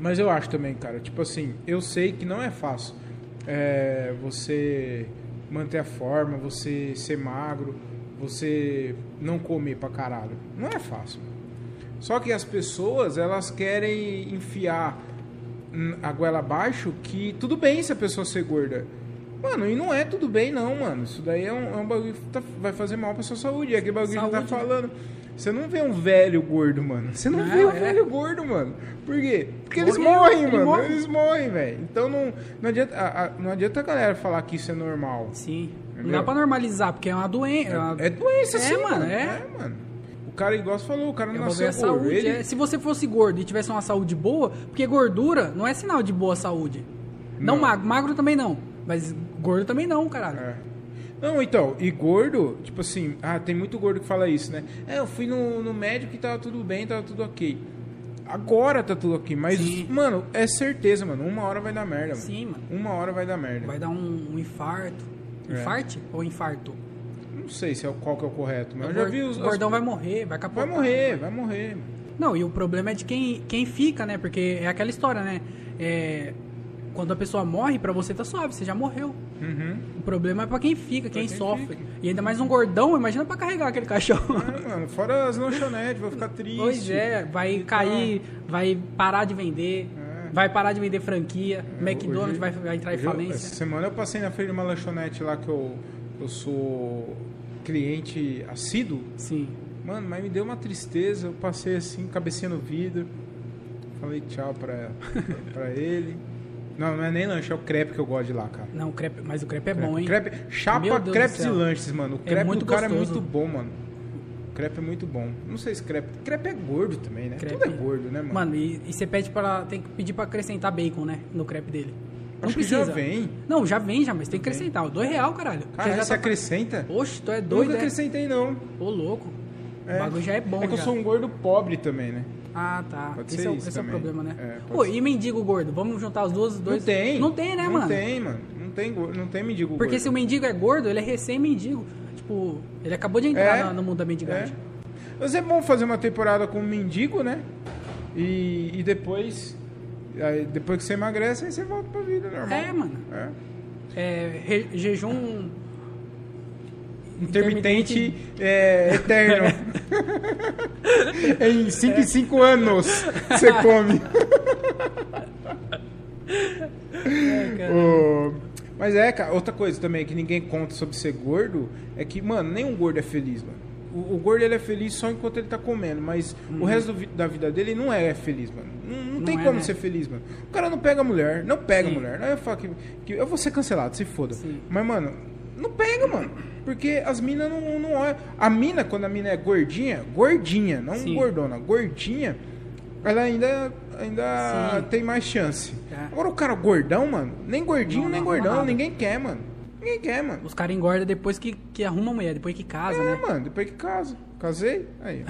Speaker 2: Mas eu acho também, cara, tipo assim, eu sei que não é fácil é, você manter a forma, você ser magro, você não comer pra caralho. Não é fácil. Só que as pessoas, elas querem enfiar hum, a goela abaixo que tudo bem se a pessoa ser gorda. Mano, e não é tudo bem não, mano. Isso daí é um, é um bagulho que tá- vai fazer mal pra sua saúde. É aquele bagulho que a gente
Speaker 1: Saúde,
Speaker 2: tá
Speaker 1: né?
Speaker 2: falando. Você não vê um velho gordo, mano. Você não,
Speaker 1: Não,
Speaker 2: vê um
Speaker 1: é.
Speaker 2: velho gordo, mano. Por quê? Porque eles
Speaker 1: Morre,
Speaker 2: morrem,
Speaker 1: ele
Speaker 2: mano.
Speaker 1: morre.
Speaker 2: Eles morrem, velho. Então não, não, adianta, a, a- não adianta a galera falar que isso é normal.
Speaker 1: Sim. Não
Speaker 2: Entendeu?
Speaker 1: dá pra normalizar, porque é uma doença.
Speaker 2: É doença,
Speaker 1: É,
Speaker 2: sim,
Speaker 1: mano, é.
Speaker 2: mano. O cara, igual você falou, o cara não
Speaker 1: É
Speaker 2: nasceu
Speaker 1: bagulho é
Speaker 2: gordo.
Speaker 1: saúde.
Speaker 2: ele,
Speaker 1: é. se você fosse gordo e tivesse uma saúde boa, porque gordura não é sinal de boa saúde. Não,
Speaker 2: Não.
Speaker 1: magro, magro também não, mas gordo também não, caralho.
Speaker 2: É. Não, então, e gordo, tipo assim, ah, tem muito gordo que fala isso, né? É, eu fui no, no médico e tava tudo bem, tava tudo ok. Agora tá tudo ok, mas,
Speaker 1: Sim.
Speaker 2: mano, é certeza, mano. Uma hora vai dar merda, mano.
Speaker 1: Sim, mano.
Speaker 2: Uma hora vai dar merda.
Speaker 1: Vai dar um, um infarto.
Speaker 2: É.
Speaker 1: Infarte ou infarto?
Speaker 2: Não sei se é, o- qual que é o correto, mas eu já
Speaker 1: Gor-
Speaker 2: vi os.
Speaker 1: O
Speaker 2: as-
Speaker 1: gordão vai morrer, vai capotar.
Speaker 2: Vai morrer, vai morrer. mano.
Speaker 1: Não, e o problema é de quem, quem fica, né? Porque é aquela história, né? É, quando a pessoa morre, pra você tá suave, você já morreu.
Speaker 2: Uhum.
Speaker 1: O problema é pra quem fica, quem,
Speaker 2: quem
Speaker 1: sofre.
Speaker 2: fica.
Speaker 1: E ainda mais um gordão, imagina pra carregar aquele caixão.
Speaker 2: Ah, mano, fora as lanchonetes, vou ficar triste.
Speaker 1: Pois é, vai cair, vai parar de vender,
Speaker 2: É.
Speaker 1: vai parar de vender franquia, McDonald's
Speaker 2: Hoje-
Speaker 1: vai, vai entrar em
Speaker 2: hoje eu- é
Speaker 1: falência.
Speaker 2: essa semana eu passei na frente de uma lanchonete lá que eu, eu sou cliente assíduo.
Speaker 1: Sim.
Speaker 2: Mano, mas me deu uma tristeza. Eu passei assim, cabecinha no vidro. Falei tchau pra, pra ele. Não, não é nem lanche, é o crepe que eu gosto de lá, cara.
Speaker 1: Não, o crepe, mas o crepe é bom, hein?
Speaker 2: Crepe,
Speaker 1: Meu
Speaker 2: chapa
Speaker 1: Deus do
Speaker 2: crepes e
Speaker 1: céu.
Speaker 2: lanches, mano. O
Speaker 1: É
Speaker 2: crepe
Speaker 1: muito
Speaker 2: do cara
Speaker 1: gostoso.
Speaker 2: é muito bom, mano. O crepe é muito bom. Não sei se crepe. Crepe é gordo também, né? Tudo é gordo, né, mano?
Speaker 1: Mano, e, e você pede pra. Tem que pedir pra acrescentar bacon, né? No crepe dele. Não
Speaker 2: Acho que
Speaker 1: precisa.
Speaker 2: já vem.
Speaker 1: Não, já vem, já, mas tem que acrescentar. O dois real, caralho. já
Speaker 2: Cara,
Speaker 1: já tá
Speaker 2: você acrescenta?
Speaker 1: Oxe, tu é
Speaker 2: Nunca
Speaker 1: doido, é?
Speaker 2: acrescentei, não.
Speaker 1: Ô, louco. O bagulho já é bom,
Speaker 2: É que eu
Speaker 1: já.
Speaker 2: sou um gordo pobre também, né?
Speaker 1: Ah, tá.
Speaker 2: Pode
Speaker 1: esse
Speaker 2: ser
Speaker 1: é, o-
Speaker 2: isso
Speaker 1: esse é o
Speaker 2: também.
Speaker 1: problema, né?
Speaker 2: É,
Speaker 1: Pô,
Speaker 2: pode ser.
Speaker 1: e mendigo gordo? Vamos juntar os dois, dois.
Speaker 2: Não tem.
Speaker 1: Não tem, né,
Speaker 2: não
Speaker 1: mano?
Speaker 2: Não tem, mano. Não tem, go- não tem mendigo
Speaker 1: Porque
Speaker 2: gordo.
Speaker 1: se o mendigo é gordo, ele é recém-mendigo. Tipo, ele acabou de entrar
Speaker 2: É.
Speaker 1: na- no mundo da mendigagem.
Speaker 2: É. Mas é bom fazer uma temporada com um mendigo, né? E, e depois. aí depois que você emagrece, aí você volta pra vida normal.
Speaker 1: É, mano.
Speaker 2: É.
Speaker 1: É, re- jejum.
Speaker 2: Intermitente, é, eterno. em 5 em 5 anos você come.
Speaker 1: É,
Speaker 2: Ô, Mas é, cara, outra coisa também que ninguém conta sobre ser gordo é que, mano, nenhum gordo é feliz, mano. O, o gordo ele é feliz só enquanto ele tá comendo, mas o resto do vi- da vida dele não é feliz, mano. Não, não
Speaker 1: Uhum. Não
Speaker 2: tem
Speaker 1: é,
Speaker 2: como
Speaker 1: né?
Speaker 2: ser feliz, mano. O cara não pega mulher, não pega
Speaker 1: Sim.
Speaker 2: mulher. Não é falar que, que eu vou ser cancelado, se foda.
Speaker 1: Sim.
Speaker 2: Mas, mano, não pega, mano. Porque as minas não, não olham. A mina, quando a mina é gordinha, gordinha, não
Speaker 1: Sim.
Speaker 2: gordona, gordinha, ela ainda, ainda
Speaker 1: Sim.
Speaker 2: tem mais chance.
Speaker 1: É.
Speaker 2: Agora o cara gordão, mano, nem gordinho,
Speaker 1: Não,
Speaker 2: nem
Speaker 1: não arruma
Speaker 2: gordão,
Speaker 1: nada.
Speaker 2: ninguém quer, mano. Ninguém quer, mano.
Speaker 1: Os caras engordam depois que, que arruma a mulher, depois que casa,
Speaker 2: É,
Speaker 1: né?
Speaker 2: mano, depois que casa. Casei, aí.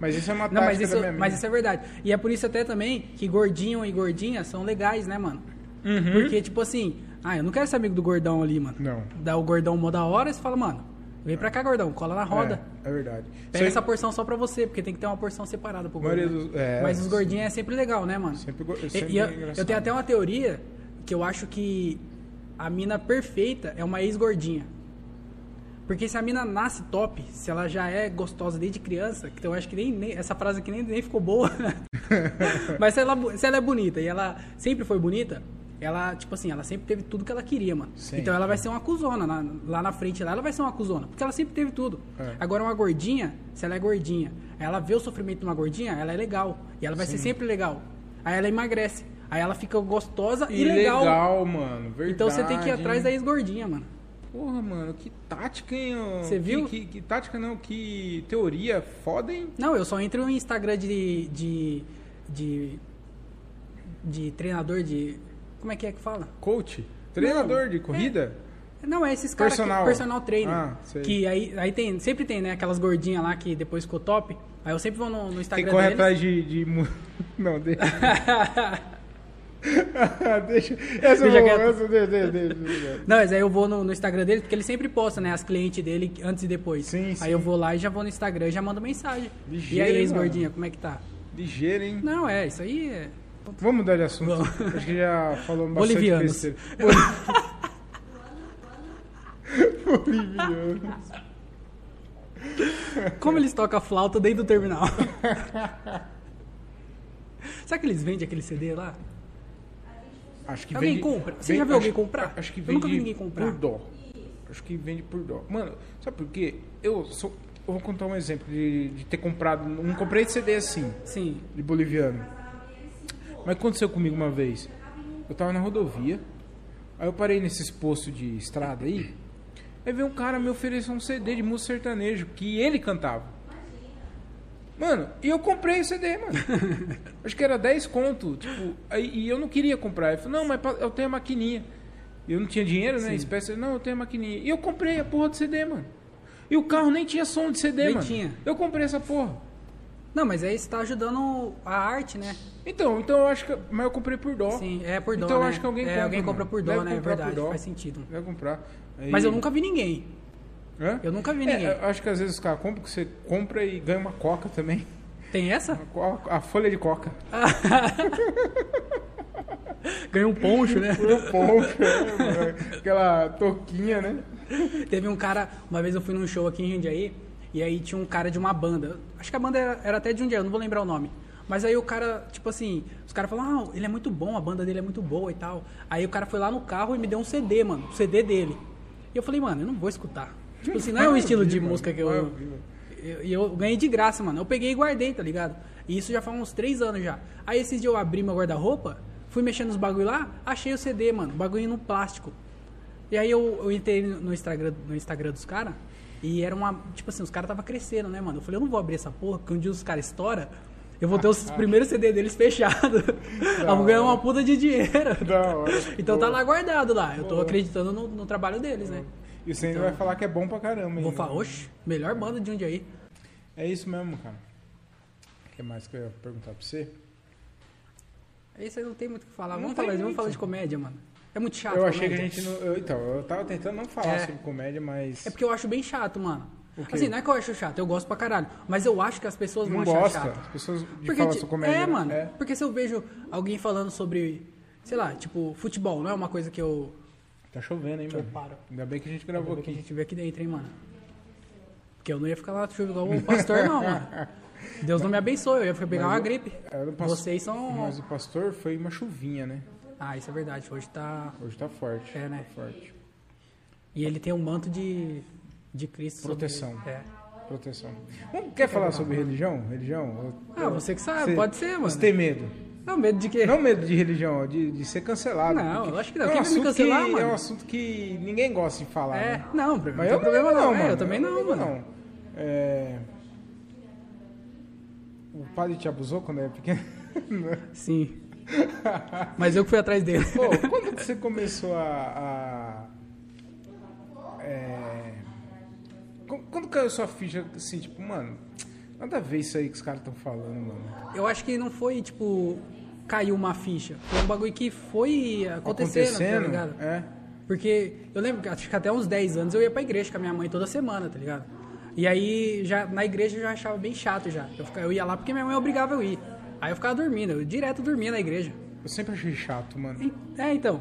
Speaker 2: mas isso é uma
Speaker 1: Não,
Speaker 2: tática
Speaker 1: mas isso,
Speaker 2: da minha
Speaker 1: mas isso é verdade. E é por isso até também que gordinho e gordinha são legais, né, mano? Porque, tipo assim, ah, eu não quero ser amigo do gordão ali, mano.
Speaker 2: Uhum. Não.
Speaker 1: Dá o gordão mó da hora e você fala, mano, vem pra cá, gordão, cola na roda.
Speaker 2: É, é verdade.
Speaker 1: Pega
Speaker 2: Isso
Speaker 1: essa
Speaker 2: aí-
Speaker 1: porção só pra você, porque tem que ter uma porção separada pro
Speaker 2: maioria
Speaker 1: gordinho.
Speaker 2: dos- é,
Speaker 1: Mas os gordinhos é sempre legal, né, mano?
Speaker 2: Sempre go-
Speaker 1: E-
Speaker 2: sempre
Speaker 1: e eu,
Speaker 2: é engraçado.
Speaker 1: eu tenho até uma teoria que eu acho que a mina perfeita é uma ex-gordinha. Porque se a mina nasce top, se ela já é gostosa desde criança, então eu acho que nem, nem- essa frase aqui nem, nem ficou boa. né? Mas se ela, se ela é bonita e ela sempre foi bonita, ela, tipo assim, ela sempre teve tudo que ela queria, mano.
Speaker 2: Sim.
Speaker 1: Então ela vai ser uma cuzona. na- lá na frente lá, ela vai ser uma cuzona. Porque ela sempre teve tudo.
Speaker 2: É.
Speaker 1: Agora uma gordinha, se ela é gordinha, ela vê o sofrimento de uma gordinha, ela é legal. E ela vai ser sempre legal. Aí ela emagrece. Aí ela fica gostosa e,
Speaker 2: E legal, mano. Verdade.
Speaker 1: Então você tem que ir atrás da ex-gordinha, mano.
Speaker 2: Porra, mano, que tática, hein? ô?
Speaker 1: Você
Speaker 2: Que-
Speaker 1: viu?
Speaker 2: Que, que tática não, que teoria foda, hein?
Speaker 1: Não, eu só entro no Instagram de. de. de, de treinador de. Como é que é que fala?
Speaker 2: Coach? Treinador
Speaker 1: é.
Speaker 2: de corrida?
Speaker 1: Não, é esses caras
Speaker 2: Personal.
Speaker 1: que personal trainer.
Speaker 2: Ah, sei.
Speaker 1: que aí, aí tem, sempre tem, né, aquelas gordinhas lá que depois ficou top. Aí eu sempre vou no, no
Speaker 2: Quem
Speaker 1: Instagram
Speaker 2: corre
Speaker 1: deles.
Speaker 2: atrás de. de mu- Não, deixa. deixa. Essa
Speaker 1: Deixa
Speaker 2: eu vou.
Speaker 1: quieto.
Speaker 2: Essa, deixa, deixa, deixa, deixa.
Speaker 1: Não, mas aí eu vou no, no Instagram dele, porque ele sempre posta, né, as clientes dele antes e depois.
Speaker 2: Sim,
Speaker 1: aí
Speaker 2: sim.
Speaker 1: eu vou lá e já vou no Instagram e já mando mensagem.
Speaker 2: Ligeiro,
Speaker 1: e aí,
Speaker 2: hein,
Speaker 1: ex-gordinha, como é que tá?
Speaker 2: Ligeiro, hein?
Speaker 1: Não, é, isso aí é...
Speaker 2: Vamos mudar de assunto.
Speaker 1: Vamos.
Speaker 2: Acho que já falamos bastante
Speaker 1: Bolivianos.
Speaker 2: besteira. Boli- Bolivianos.
Speaker 1: Como eles tocam flauta dentro do terminal. Será que eles vendem aquele CD lá?
Speaker 2: Acho que
Speaker 1: Alguém
Speaker 2: vende-
Speaker 1: compra? Você
Speaker 2: vende-
Speaker 1: já viu alguém
Speaker 2: acho-
Speaker 1: comprar?
Speaker 2: Acho que
Speaker 1: Eu
Speaker 2: vende
Speaker 1: nunca vi ninguém comprar.
Speaker 2: por dó. Acho que vende por dó. Mano, sabe por quê? Eu, sou, eu vou contar um exemplo de, de ter comprado. Não comprei de CD assim.
Speaker 1: Sim.
Speaker 2: de boliviano. Mas aconteceu comigo uma vez. Eu tava na rodovia, aí eu parei nesses postos de estrada aí, aí veio um cara me oferecer um CD de música sertanejo que ele cantava. Mano, e eu comprei o CD, mano. Acho que era 10 conto, tipo, aí, e eu não queria comprar. Ele falou, não, mas pa- eu tenho a maquininha. E Eu não tinha dinheiro, né? Espécie, não, eu tenho a maquininha. E eu comprei a porra do CD, mano. E o carro nem tinha som de CD,
Speaker 1: Nem
Speaker 2: mano.
Speaker 1: tinha.
Speaker 2: Eu comprei essa porra.
Speaker 1: Não, mas aí você tá ajudando a arte, né?
Speaker 2: Então, então eu acho que. Mas eu comprei por dó.
Speaker 1: Sim, é por dó,
Speaker 2: Então eu
Speaker 1: né?
Speaker 2: acho que alguém
Speaker 1: É,
Speaker 2: compra.
Speaker 1: alguém
Speaker 2: mano.
Speaker 1: compra por dó,
Speaker 2: Deve
Speaker 1: né? É
Speaker 2: comprar por
Speaker 1: verdade,
Speaker 2: dó.
Speaker 1: faz sentido.
Speaker 2: Deve comprar. Aí-
Speaker 1: Mas eu nunca vi ninguém.
Speaker 2: Hã?
Speaker 1: eu nunca vi
Speaker 2: É,
Speaker 1: ninguém.
Speaker 2: eu acho que às vezes os caras compram, que você compra e ganha uma coca também.
Speaker 1: Tem essa?
Speaker 2: A co- A folha de coca.
Speaker 1: Ganhou um poncho, né?
Speaker 2: Eu compro, né? Aquela toquinha, né?
Speaker 1: Teve um cara, uma vez eu fui num show aqui em Jundiaí, e aí tinha um cara de uma banda. Acho que a banda era, era até de Jundiaí, eu não vou lembrar o nome. Mas aí o cara, tipo assim, os caras falaram, ah, ele é muito bom, a banda dele é muito boa e tal. Aí o cara foi lá no carro e me deu um CD, mano, o CD dele. E eu falei, mano, eu não vou escutar. Tipo assim, não é o
Speaker 2: Vai
Speaker 1: estilo
Speaker 2: ouvir,
Speaker 1: de
Speaker 2: mano,
Speaker 1: música que eu.
Speaker 2: vai ouvir, mano.
Speaker 1: eu- E eu, ganhei de graça, mano. Eu peguei e guardei, tá ligado? E isso já faz uns três anos já. Aí esses dias eu abri meu guarda-roupa, Fui mexendo nos bagulho lá, achei o CD, mano. Bagulho no plástico. E aí eu, eu entrei no Instagram, no Instagram dos caras e era uma. Tipo assim, os caras tava crescendo, né, mano? Eu falei, eu não vou abrir essa porra, porque um dia os caras estoura, eu vou ter os primeiros CD deles fechados. Eu vou ganhar uma puta de dinheiro.
Speaker 2: Da hora.
Speaker 1: Então tá
Speaker 2: Boa.
Speaker 1: lá guardado lá. Eu tô
Speaker 2: Boa.
Speaker 1: acreditando no, no trabalho deles, né?
Speaker 2: E você ainda vai falar que é bom pra caramba.
Speaker 1: Vou
Speaker 2: ainda.
Speaker 1: falar, oxe, melhor banda de onde aí.
Speaker 2: É isso mesmo, cara. O que mais que eu ia perguntar pra você?
Speaker 1: Aí você não tem muito o que falar.
Speaker 2: Não
Speaker 1: Vamos
Speaker 2: tem
Speaker 1: falar, vamos
Speaker 2: muito.
Speaker 1: falar de comédia, mano. É muito chato.
Speaker 2: eu achei que a
Speaker 1: comédia.
Speaker 2: gente não. eu- então, eu tava tentando não falar
Speaker 1: É.
Speaker 2: sobre comédia, mas.
Speaker 1: É porque eu acho bem chato, mano.
Speaker 2: O quê?
Speaker 1: Assim, não é que eu acho chato, eu gosto pra caralho. Mas eu acho que as pessoas
Speaker 2: não
Speaker 1: vão achar
Speaker 2: gosta.
Speaker 1: chato.
Speaker 2: As pessoas de
Speaker 1: Porque
Speaker 2: falar
Speaker 1: ti-
Speaker 2: sobre comédia.
Speaker 1: É,
Speaker 2: né?
Speaker 1: mano.
Speaker 2: É.
Speaker 1: Porque se eu vejo alguém falando sobre, sei lá, tipo, futebol, não é uma coisa que eu.
Speaker 2: Tá chovendo, hein,
Speaker 1: Deixa eu
Speaker 2: mano?
Speaker 1: parar.
Speaker 2: Ainda bem que a gente gravou
Speaker 1: que a
Speaker 2: aqui.
Speaker 1: gente vê aqui dentro, hein, mano. Porque eu não ia ficar lá chuva igual o pastor, não, mano. Deus não me abençoe, eu ia ficar pegar uma gripe.
Speaker 2: É, do pastor-
Speaker 1: Vocês são.
Speaker 2: Mas o pastor foi uma chuvinha, né?
Speaker 1: Ah, isso é verdade. Hoje tá.
Speaker 2: Hoje tá forte.
Speaker 1: É, né?
Speaker 2: Tá forte.
Speaker 1: E ele tem um manto de. de Cristo. sobre-
Speaker 2: Proteção.
Speaker 1: É.
Speaker 2: Proteção. Vamos- Quer falar sobre religião? Religião?
Speaker 1: Ah, você que sabe,
Speaker 2: Você-
Speaker 1: pode ser, mano.
Speaker 2: Você tem medo?
Speaker 1: Não, medo de quê?
Speaker 2: Não medo de religião, de, de ser cancelado.
Speaker 1: Não,
Speaker 2: porque
Speaker 1: eu acho que não.
Speaker 2: É um
Speaker 1: Quem vai me
Speaker 2: assunto
Speaker 1: cancelar,
Speaker 2: que, É
Speaker 1: mano?
Speaker 2: um assunto que ninguém gosta de falar.
Speaker 1: É,
Speaker 2: né?
Speaker 1: não, pra mim
Speaker 2: Mas
Speaker 1: não tem problema não, é,
Speaker 2: mano.
Speaker 1: eu também não, mano.
Speaker 2: É... O padre te abusou quando era pequeno?
Speaker 1: Sim. Mas eu que fui atrás dele.
Speaker 2: Pô, quando que você começou a... a- é, co- Quando caiu sua ficha, assim, tipo, mano... Nada a ver isso aí que os caras estão falando, mano.
Speaker 1: Eu acho que não foi, tipo, caiu uma ficha. Foi um bagulho que foi acontecendo, tá ligado?
Speaker 2: é.
Speaker 1: Porque eu lembro que acho que até uns 10 anos eu ia pra igreja com a minha mãe toda semana, tá ligado? E aí, já, na igreja eu já achava bem chato já. Eu, fica- eu ia lá porque minha mãe obrigava eu ir. Aí eu ficava dormindo, eu direto dormia na igreja.
Speaker 2: Eu sempre achei chato, mano.
Speaker 1: E- É, então.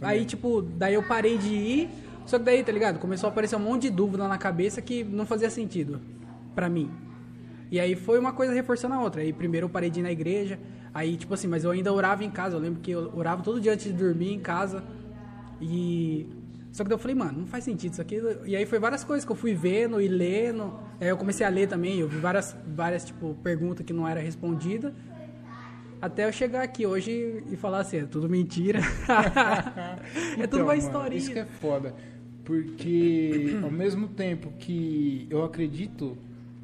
Speaker 1: Aí, tipo, daí eu parei de ir, só que daí, tá ligado? Começou a aparecer um monte de dúvida na cabeça que não fazia sentido pra mim. E aí foi uma coisa reforçando a outra. Aí primeiro eu parei de ir na igreja, aí, tipo assim, mas eu ainda orava em casa. Eu lembro que eu orava todo dia antes de dormir em casa. E. Só que daí eu falei, mano, não faz sentido isso aqui. E aí foi várias coisas que eu fui vendo e lendo. Aí eu comecei a ler também, eu vi várias, várias tipo, perguntas que não era respondida. Até eu chegar aqui hoje e falar assim, é tudo mentira. é tudo
Speaker 2: Então,
Speaker 1: uma
Speaker 2: mano,
Speaker 1: historinha.
Speaker 2: Isso que é foda. Porque ao mesmo tempo que eu acredito,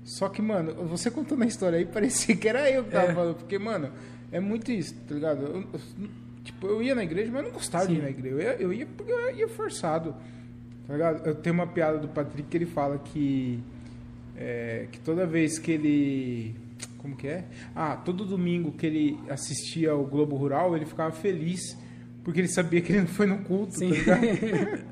Speaker 2: só que, mano, você contando a história aí, parecia que era eu que tava
Speaker 1: É.
Speaker 2: falando. Porque, mano, é muito isso, tá ligado? Eu- eu- tipo, eu ia na igreja, mas eu não gostava de ir na igreja. Eu ia, eu ia porque eu ia forçado. Tá ligado? Eu tenho uma piada do Patrick que ele fala que. é, que toda vez que ele. Como que é? Ah, todo domingo que ele assistia ao Globo Rural, ele ficava feliz. Porque ele sabia que ele não foi no culto,
Speaker 1: Sim.
Speaker 2: tá ligado?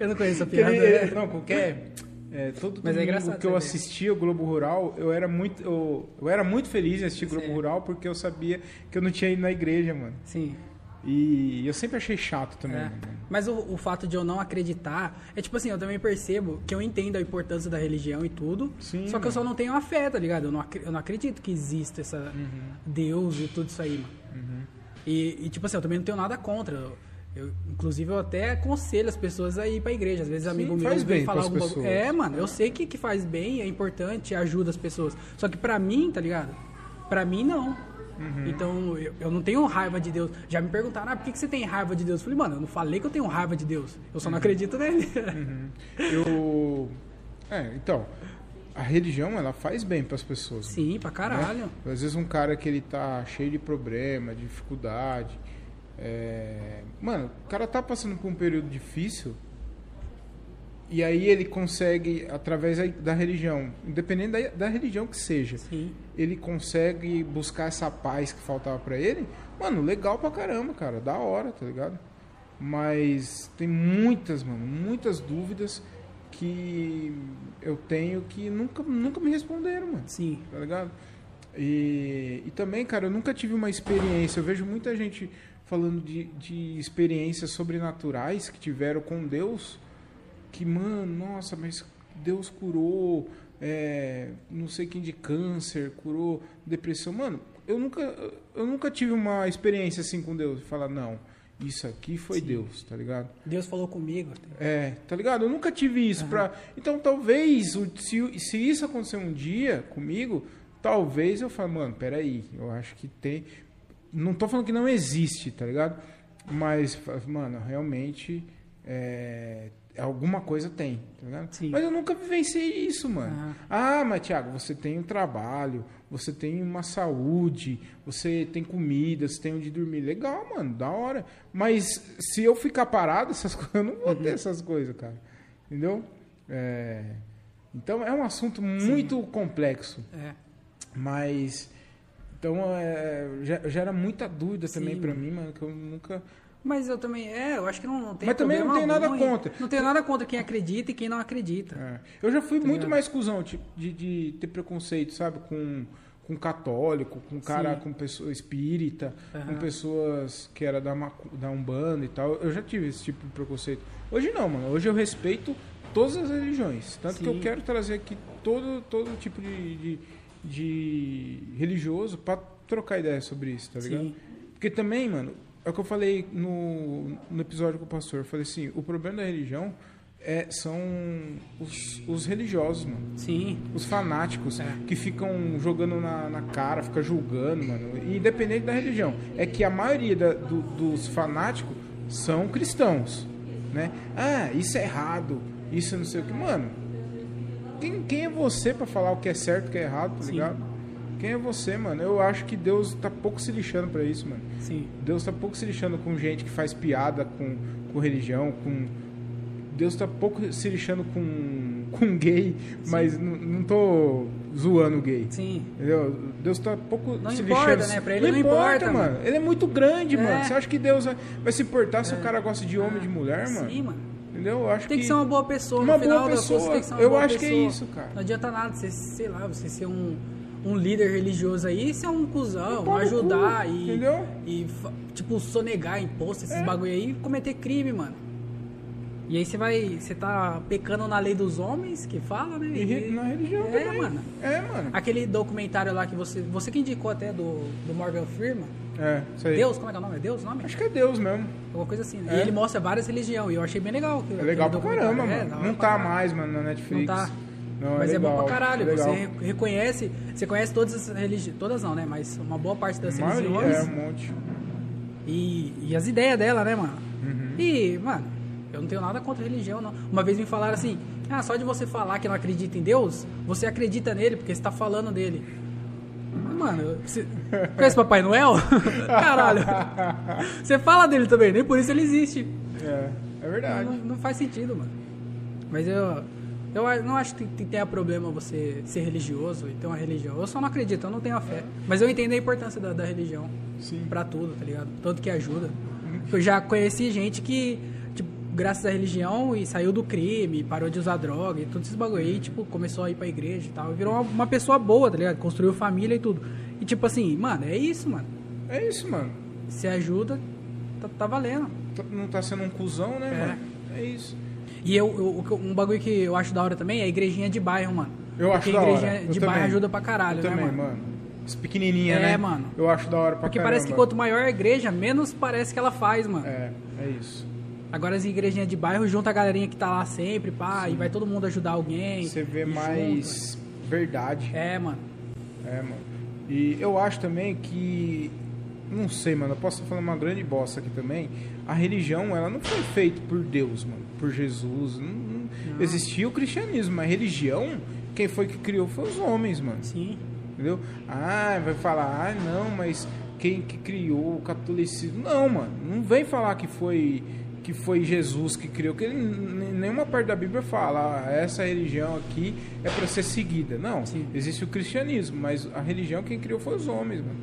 Speaker 1: eu não conheço a
Speaker 2: Que ele-
Speaker 1: piada. né?
Speaker 2: ele- não, qualquer. É, todo
Speaker 1: Mas é
Speaker 2: domingo
Speaker 1: engraçado
Speaker 2: que eu
Speaker 1: também.
Speaker 2: assistia o Globo Rural, eu era muito, eu, eu era muito feliz em assistir Globo
Speaker 1: Sim.
Speaker 2: Rural porque eu sabia que eu não tinha ido na igreja, mano.
Speaker 1: Sim.
Speaker 2: E eu sempre achei chato também. né?
Speaker 1: É.
Speaker 2: mano.
Speaker 1: Mas o, o fato de eu não acreditar é tipo assim, eu também percebo que eu entendo a importância da religião e tudo.
Speaker 2: Sim,
Speaker 1: só que eu só não tenho a fé, tá ligado? Eu não, acre- eu não acredito que exista essa
Speaker 2: Uhum.
Speaker 1: Deus e tudo isso aí, mano. E, e, tipo assim, eu também não tenho nada contra. Eu, eu, inclusive, eu até aconselho as pessoas a ir pra igreja. Às vezes, amigo meu
Speaker 2: faz bem
Speaker 1: vem falar
Speaker 2: pras
Speaker 1: alguma
Speaker 2: pessoas.
Speaker 1: coisa. É, mano, eu sei que, que faz bem, é importante, ajuda as pessoas. Só que pra mim, tá ligado? Pra mim, não.
Speaker 2: Uhum.
Speaker 1: Então, eu, eu não tenho raiva de Deus. Já me perguntaram, ah, por que, que você tem raiva de Deus? Eu falei, mano, eu não falei que eu tenho raiva de Deus. Eu
Speaker 2: Uhum.
Speaker 1: só não acredito nele.
Speaker 2: Eu. É, então. A religião, ela faz bem pras pessoas.
Speaker 1: Sim, pra caralho.
Speaker 2: Às vezes um cara que ele tá cheio de problema, de dificuldade. é, Mano, o cara tá passando por um período difícil. E aí ele consegue, através da- da religião, independente da, da religião que seja,
Speaker 1: Sim.
Speaker 2: ele consegue buscar essa paz que faltava pra ele. Mano, legal pra caramba, cara. Da hora, tá ligado? Mas tem muitas, mano, muitas dúvidas que eu tenho que nunca, nunca me responderam, mano
Speaker 1: Sim.
Speaker 2: tá ligado? E, e também, cara, eu nunca tive uma experiência. Eu vejo muita gente falando de, de experiências sobrenaturais que tiveram com Deus. Que, mano, nossa, mas Deus curou é, não sei quem de câncer, curou depressão. Mano, eu nunca, eu nunca tive uma experiência assim com Deus. de Falar, não, isso aqui foi Deus, tá ligado?
Speaker 1: Deus falou comigo.
Speaker 2: É, tá ligado? Eu nunca tive isso pra. Então talvez, o- se, se isso acontecer um dia comigo, talvez eu fale, mano, peraí, eu acho que tem. Não tô falando que não existe, tá ligado? Mas, mano, realmente. É, alguma coisa tem, tá ligado?
Speaker 1: Sim.
Speaker 2: Mas eu nunca vivenciei isso, mano.
Speaker 1: Aham.
Speaker 2: Ah, mas Thiago, você tem um trabalho, você tem uma saúde, você tem comida, você tem onde dormir. Legal, mano, da hora. Mas se eu ficar parado, essas coisas, eu não vou ter essas coisas, cara. Entendeu? É, Então é um assunto muito complexo.
Speaker 1: É.
Speaker 2: Mas. Então, é, já- gera muita dúvida
Speaker 1: Sim,
Speaker 2: também pra mim, mano, que eu nunca.
Speaker 1: Mas eu também, é, eu acho que não, não tem
Speaker 2: Mas também não
Speaker 1: problema
Speaker 2: tenho
Speaker 1: algum
Speaker 2: nada
Speaker 1: em-
Speaker 2: contra.
Speaker 1: Não tem nada contra quem acredita e quem não acredita.
Speaker 2: É. Eu já fui muito
Speaker 1: ligado?
Speaker 2: mais cuzão, tipo, de, de ter preconceito, sabe? Com, com católico, com cara,
Speaker 1: Sim.
Speaker 2: com pessoa espírita, com
Speaker 1: Aham. pessoas
Speaker 2: pessoas que era da, macu- da Umbanda e tal. Eu já tive esse tipo de preconceito. Hoje não, mano. Hoje eu respeito todas as religiões. Tanto que eu
Speaker 1: Sim.
Speaker 2: quero trazer aqui todo, todo tipo de, de, de religioso pra trocar ideia sobre isso, tá ligado?
Speaker 1: Sim.
Speaker 2: Porque também, mano, é o que eu falei no, no episódio com o pastor. Eu falei assim, o problema da religião é, são os, os religiosos, mano.
Speaker 1: Sim.
Speaker 2: Os fanáticos
Speaker 1: É.
Speaker 2: que ficam jogando na, na cara, fica julgando, mano. E Independente da religião. É que a maioria da- do- dos fanáticos são cristãos, né? Ah, isso é errado, isso não sei o que. Mano, quem, quem é você pra falar o que é certo e o que é errado, tá
Speaker 1: Sim.
Speaker 2: ligado? Quem é você, mano? Eu acho que Deus tá pouco se lixando pra isso, mano.
Speaker 1: Sim.
Speaker 2: Deus tá pouco se lixando com gente que faz piada com, com religião, com. Deus tá pouco se lixando com, com gay, mas n- não tô zoando gay.
Speaker 1: Sim.
Speaker 2: Entendeu? Deus tá pouco
Speaker 1: Não
Speaker 2: se
Speaker 1: importa,
Speaker 2: lixando.
Speaker 1: né? Pra ele não importa,
Speaker 2: mano. Ele é muito grande,
Speaker 1: É. Ah,
Speaker 2: mano. Você acha que Deus vai, vai se importar se o cara gosta de homem e de mulher, É, mano?
Speaker 1: Sim, mano.
Speaker 2: Entendeu? Eu acho
Speaker 1: Tem que, ser uma boa pessoa.
Speaker 2: Uma
Speaker 1: no final
Speaker 2: boa
Speaker 1: das
Speaker 2: pessoa.
Speaker 1: contas, tem que ser uma
Speaker 2: Eu
Speaker 1: boa
Speaker 2: acho que é
Speaker 1: pessoa.
Speaker 2: isso, cara.
Speaker 1: Não adianta nada você, sei lá, você ser um, um líder religioso aí, ser um cuzão,
Speaker 2: pau no
Speaker 1: ajudar
Speaker 2: cu,
Speaker 1: e.
Speaker 2: entendeu? É.
Speaker 1: E, fa- tipo, sonegar imposto, esses bagulho aí e cometer crime, mano. E aí você vai. Você tá pecando na lei dos homens que fala, né?
Speaker 2: E re- na religião
Speaker 1: É,
Speaker 2: também.
Speaker 1: mano.
Speaker 2: É, mano.
Speaker 1: Aquele documentário lá que você. Você que indicou até do, do Morgan Freeman.
Speaker 2: É, isso aí.
Speaker 1: Deus, como é que é o nome? É Deus o nome?
Speaker 2: Acho que é Deus mesmo.
Speaker 1: Alguma coisa assim. né?
Speaker 2: É.
Speaker 1: E ele mostra várias religiões. E eu achei bem legal. que-
Speaker 2: É legal pra
Speaker 1: aquele
Speaker 2: caramba,
Speaker 1: documentário. É,
Speaker 2: mano.
Speaker 1: da hora
Speaker 2: Não
Speaker 1: pra
Speaker 2: tá
Speaker 1: caralho.
Speaker 2: mais, mano, na Netflix.
Speaker 1: Não tá.
Speaker 2: Não,
Speaker 1: Mas é,
Speaker 2: legal.
Speaker 1: bom pra caralho.
Speaker 2: legal.
Speaker 1: Você re- reconhece. Você conhece todas as religiões. Todas não, né? Mas uma boa parte das
Speaker 2: Maioria,
Speaker 1: religiões.
Speaker 2: é um monte.
Speaker 1: E, e as ideias dela, né, mano? E, mano, eu não tenho nada contra religião, não. Uma vez me falaram assim: ah, só de você falar que não acredita em Deus, você acredita nele porque você tá falando dele. Mano, eu- você conhece Papai Noel? Caralho. Você fala dele também, nem por isso ele existe.
Speaker 2: É, é verdade.
Speaker 1: Não, não faz sentido, mano. Mas eu, eu a- não acho que te- tenha problema você ser religioso e ter uma religião. Eu só não acredito, eu não tenho a fé. Mas eu entendo a importância da, da religião
Speaker 2: Sim.
Speaker 1: pra tudo, tá ligado? Tanto que ajuda. Eu já conheci gente que, tipo, graças à religião e saiu do crime, parou de usar droga e tudo esses bagulho aí, tipo, começou a ir pra igreja e tal. E virou uma, uma pessoa boa, tá ligado? Construiu família e tudo. E tipo assim, mano, é isso, mano.
Speaker 2: É isso, mano.
Speaker 1: Se ajuda, tá, tá valendo.
Speaker 2: Tá- Não tá sendo um cuzão, né,
Speaker 1: É.
Speaker 2: mano? É isso.
Speaker 1: E eu, eu- o que eu- um bagulho que eu acho da hora também é a igrejinha de bairro, mano.
Speaker 2: Eu acho
Speaker 1: Porque
Speaker 2: da hora.
Speaker 1: igrejinha
Speaker 2: Eu
Speaker 1: de
Speaker 2: também.
Speaker 1: bairro ajuda pra caralho,
Speaker 2: Eu
Speaker 1: né,
Speaker 2: também,
Speaker 1: mano?
Speaker 2: mano. As pequenininhas,
Speaker 1: É,
Speaker 2: né?
Speaker 1: mano.
Speaker 2: Eu acho da hora pra
Speaker 1: Porque
Speaker 2: caramba.
Speaker 1: parece que quanto maior a igreja, menos parece que ela faz, mano.
Speaker 2: É, é isso.
Speaker 1: Agora as igrejinhas de bairro junta a galerinha que tá lá sempre, pá, e vai todo mundo ajudar alguém.
Speaker 2: Você vê
Speaker 1: e
Speaker 2: mais verdade.
Speaker 1: junta. É, mano.
Speaker 2: É, mano. E eu acho também que. Não sei, mano. Eu posso estar falando uma grande bosta aqui também. A religião, ela não foi feita por Deus, mano. Por Jesus. Não, não- Existia o cristianismo, mas a religião, quem foi que criou foi os homens, mano.
Speaker 1: Sim.
Speaker 2: Entendeu? Ah, vai falar, ah, não, mas quem que criou o catolicismo? Não, mano. Não vem falar que foi que foi Jesus que criou, que ele, n- nenhuma parte da Bíblia fala, ah, essa religião aqui é para ser seguida. Não,
Speaker 1: Sim.
Speaker 2: existe o cristianismo, mas a religião quem criou foi os homens, mano.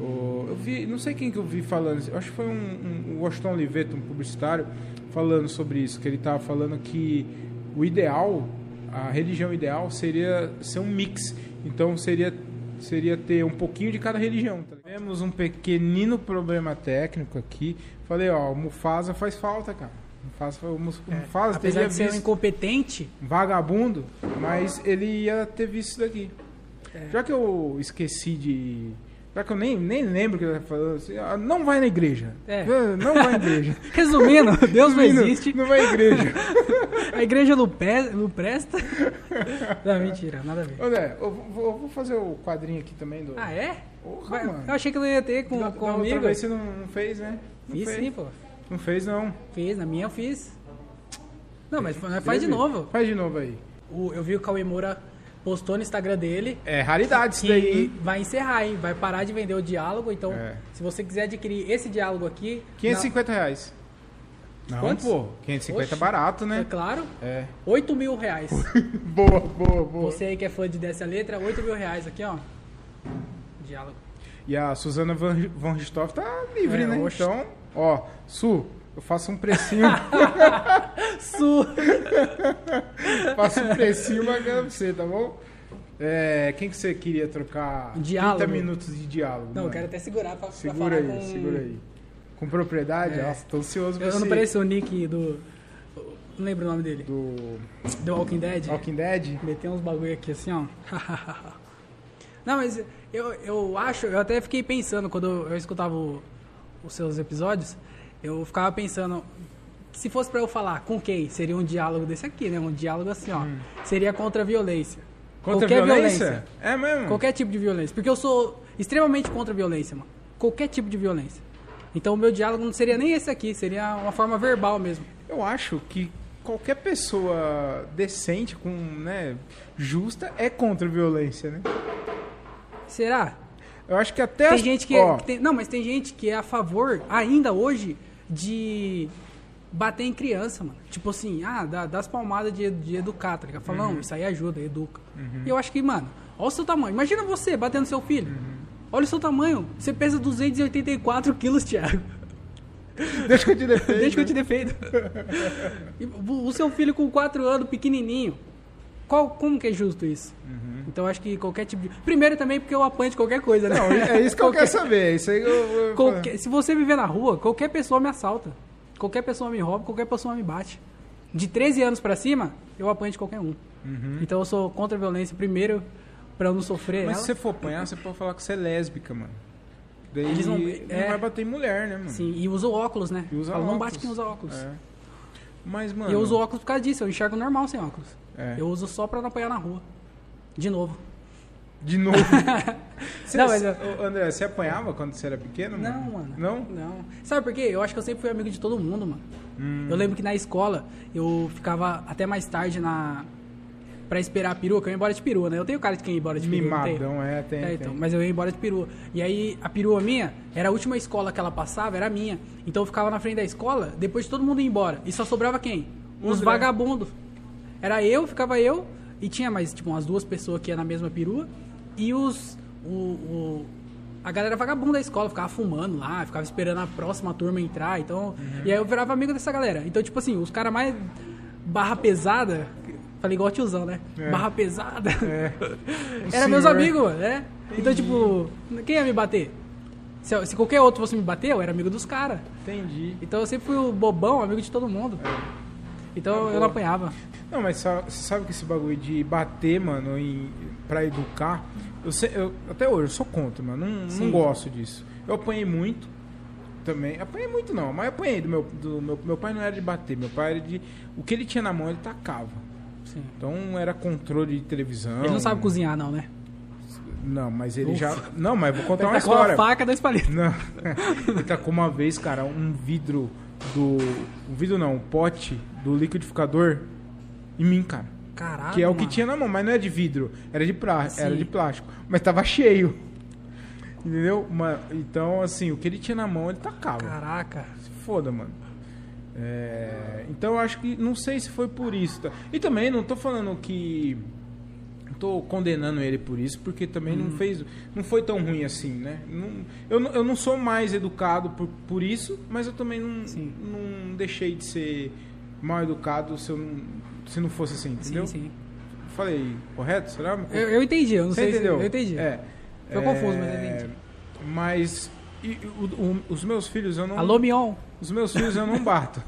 Speaker 2: O- Eu vi, não sei quem que eu vi falando, eu acho que foi um, um, o Washington Oliveto, um publicitário, falando sobre isso, que ele tava falando que o ideal, a religião ideal seria ser um mix. Então seria seria ter um pouquinho de cada religião. tá ligado? Temos um pequenino problema técnico aqui. Falei, ó, o Mufasa faz falta, cara. Mufasa, foi- o Mu- Mufasa
Speaker 1: É, Apesar
Speaker 2: teria
Speaker 1: de ser um
Speaker 2: visto
Speaker 1: incompetente,
Speaker 2: vagabundo, mas ele ia ter visto isso daqui.
Speaker 1: É.
Speaker 2: Já que eu esqueci de. Já que eu nem, nem lembro o que ele falou assim, ah, não vai na igreja.
Speaker 1: É.
Speaker 2: Não vai na igreja.
Speaker 1: resumindo, Deus não
Speaker 2: Menino,
Speaker 1: existe.
Speaker 2: Não vai à igreja.
Speaker 1: A igreja não, pe- não presta? Não, mentira, nada a ver.
Speaker 2: André, eu vou, eu vou fazer o quadrinho aqui também do.
Speaker 1: Ah, é?
Speaker 2: Porra,
Speaker 1: Vai-
Speaker 2: mano.
Speaker 1: eu achei que não ia ter com,
Speaker 2: Da- da outra
Speaker 1: comigo.
Speaker 2: vez você não, não fez, né? Não
Speaker 1: Fiz
Speaker 2: fez.
Speaker 1: sim, pô.
Speaker 2: Não fez, não.
Speaker 1: Fiz, na minha eu fiz. Não, mas fa- faz de novo.
Speaker 2: Faz de novo aí.
Speaker 1: O- eu vi o Cauê Moura postou no Instagram dele
Speaker 2: É raridade isso
Speaker 1: que
Speaker 2: daí, hein?
Speaker 1: vai encerrar, hein? Vai parar de vender o diálogo. Então,
Speaker 2: É.
Speaker 1: se você quiser adquirir esse diálogo aqui.
Speaker 2: 550 reais. Não,
Speaker 1: Quantos?
Speaker 2: pô. 550 é
Speaker 1: Oxe.
Speaker 2: barato,
Speaker 1: na- É
Speaker 2: né?
Speaker 1: claro,
Speaker 2: É.
Speaker 1: 8 mil reais.
Speaker 2: boa, boa, boa.
Speaker 1: Você aí que é fã de dessa letra, 8 mil reais aqui, ó. Diálogo.
Speaker 2: E a Suzana Van, Van Ristoff tá livre,
Speaker 1: É,
Speaker 2: né?
Speaker 1: oxe.
Speaker 2: Então, ó, Su, eu faço um precinho,
Speaker 1: Su!
Speaker 2: faço um precinho bacana pra você, tá bom? É, quem que você queria trocar
Speaker 1: Diálogo.
Speaker 2: 30 minutos de diálogo?
Speaker 1: Não, eu
Speaker 2: mano?
Speaker 1: quero até segurar pra, pra
Speaker 2: Segura aí,
Speaker 1: falar com...
Speaker 2: segura aí. Com propriedade?
Speaker 1: É.
Speaker 2: Nossa, tô ansioso pra
Speaker 1: Eu não
Speaker 2: esse-
Speaker 1: pareço o nick do... Não lembro o nome dele.
Speaker 2: Do
Speaker 1: The Walking Dead.
Speaker 2: Walking Dead?
Speaker 1: Meteu uns bagulho aqui assim, ó. Não, mas eu, eu acho, eu até fiquei pensando quando eu, eu escutava o- os seus episódios, eu ficava pensando que se fosse pra eu falar com quem, seria um diálogo desse aqui, né? Um diálogo assim, ó. Seria contra a violência.
Speaker 2: Hum. Contra
Speaker 1: Qualquer
Speaker 2: a violência? É mesmo?
Speaker 1: Qualquer tipo de violência. Porque eu sou extremamente contra a violência, mano. Qualquer tipo de violência. Então o meu diálogo não seria nem esse aqui, seria uma forma verbal mesmo.
Speaker 2: Eu acho que qualquer pessoa decente, com, né, justa, é contra a violência, né?
Speaker 1: Será?
Speaker 2: Eu acho que até...
Speaker 1: Tem
Speaker 2: as-
Speaker 1: gente que,
Speaker 2: ó,
Speaker 1: que tem- não, mas tem gente que é a favor ainda hoje de bater em criança, mano. Tipo assim, ah, dá, dá as palmadas de, de educar, tá ligado? Fala,
Speaker 2: Uhum.
Speaker 1: não, isso aí ajuda, educa. E eu acho que, mano, olha o seu tamanho. Imagina você batendo seu filho.
Speaker 2: Uhum.
Speaker 1: Olha o seu tamanho. Você pesa 284 quilos, Thiago.
Speaker 2: Deixa que eu te defendo.
Speaker 1: Deixa que eu te defendo. E o- o seu filho com 4 anos, pequenininho. Qual, como que é justo isso? Então eu acho que qualquer tipo de. Primeiro também porque eu apanho de qualquer coisa, né?
Speaker 2: Uhum. Não, é isso que eu quero saber. é Isso aí que eu... eu-
Speaker 1: Qualquer- se você viver na rua, qualquer pessoa me assalta. Qualquer pessoa me rouba, qualquer pessoa me bate. De 13 anos pra cima, eu apanho de qualquer um.
Speaker 2: Uhum.
Speaker 1: Então eu sou contra a violência primeiro pra eu não sofrer
Speaker 2: Mas
Speaker 1: ela.
Speaker 2: se você for apanhar, você pode falar que você é lésbica, mano. Daí
Speaker 1: Eles não-
Speaker 2: não,
Speaker 1: é.
Speaker 2: vai bater em mulher, né, mano?
Speaker 1: Sim, e usa óculos, né?
Speaker 2: E usa
Speaker 1: Fala, não
Speaker 2: óculos.
Speaker 1: bate quem usa óculos.
Speaker 2: É. Mas, mano...
Speaker 1: E eu uso óculos por causa disso, eu enxergo normal sem óculos.
Speaker 2: É.
Speaker 1: Eu uso só pra não apanhar na rua. De novo.
Speaker 2: De novo. Você-
Speaker 1: Não, mas eu-
Speaker 2: Ô, André, você apanhava quando você era pequeno?
Speaker 1: Não, mano.
Speaker 2: Não?
Speaker 1: Não. Sabe por quê? Eu acho que eu sempre fui amigo de todo mundo, mano.
Speaker 2: Hum.
Speaker 1: Eu lembro que na escola eu ficava até mais tarde na para esperar a perua, que eu ia embora de perua, né? Eu tenho cara de quem ia embora de perua, não tenho?
Speaker 2: Mimadão, é, tem,
Speaker 1: É,
Speaker 2: tem.
Speaker 1: então, mas eu ia embora de perua. E aí, a perua minha, era a última escola que ela passava, era a minha. Então eu ficava na frente da escola, depois de todo mundo ir embora. E só sobrava quem? Os
Speaker 2: André.
Speaker 1: vagabundos. Era eu, ficava eu, e tinha mais, tipo, umas duas pessoas que iam na mesma perua. E os. O, o- a galera vagabunda da escola ficava fumando lá, ficava esperando a próxima turma entrar. Então.
Speaker 2: Uhum.
Speaker 1: E aí eu virava amigo dessa galera. Então, tipo assim, os caras mais. Barra pesada. Falei igual tiozão, né?
Speaker 2: É.
Speaker 1: Barra pesada.
Speaker 2: É.
Speaker 1: Era
Speaker 2: senhor.
Speaker 1: meus amigos, mano, né? Então, tipo, quem ia me bater? Se, se qualquer outro fosse me bater, eu era amigo dos caras.
Speaker 2: Entendi.
Speaker 1: Então eu sempre fui o bobão, amigo de todo mundo.
Speaker 2: Tá
Speaker 1: Então eu não apanhava.
Speaker 2: Não, mas só- você sabe que esse bagulho de bater, mano, em, pra educar, eu, se- eu- até hoje eu sou contra, mano. Não, não
Speaker 1: Sim.
Speaker 2: gosto disso. Eu apanhei muito também. Apanhei muito não, mas apanhei do meu, do meu. Meu pai não era de bater, meu pai era de. O que ele tinha na mão, ele tacava.
Speaker 1: Sim.
Speaker 2: Então era controle de televisão.
Speaker 1: Ele não sabe cozinhar, não, né?
Speaker 2: Não, mas ele
Speaker 1: Ufa.
Speaker 2: já. Não, mas vou contar Então é uma
Speaker 1: Ele tá com
Speaker 2: história.
Speaker 1: a faca dois palitos.
Speaker 2: Não. Ele tacou uma vez, cara, um vidro do. Um vidro não, um pote do liquidificador em mim, cara.
Speaker 1: Caralho.
Speaker 2: Que é o que
Speaker 1: mano.
Speaker 2: tinha na mão, mas não é de vidro, era de, pra,
Speaker 1: Sim.
Speaker 2: era de plástico. Mas tava cheio. Entendeu? Mano, então, assim, o que ele tinha na mão, ele tacava.
Speaker 1: Caraca.
Speaker 2: Se foda, mano. É, então eu acho que não sei se foi por isso. tá? E também não tô falando que. Não tô condenando ele por isso, porque também
Speaker 1: Hum.
Speaker 2: não fez. Não foi tão ruim assim, né? Não- eu, não- eu não sou mais educado por, por isso, mas eu também não,
Speaker 1: Sim.
Speaker 2: não deixei de ser mal educado se, eu não, se não fosse assim,
Speaker 1: Sim,
Speaker 2: entendeu?
Speaker 1: sim.
Speaker 2: Falei correto? Será?
Speaker 1: Eu, eu entendi, eu não
Speaker 2: Você
Speaker 1: sei
Speaker 2: entendeu?
Speaker 1: se. Eu entendi.
Speaker 2: É.
Speaker 1: Foi
Speaker 2: É,
Speaker 1: confuso, mas eu entendi.
Speaker 2: Mas e- o- o- os meus filhos eu não.
Speaker 1: Alô, Mion.
Speaker 2: Os meus filhos eu não bato.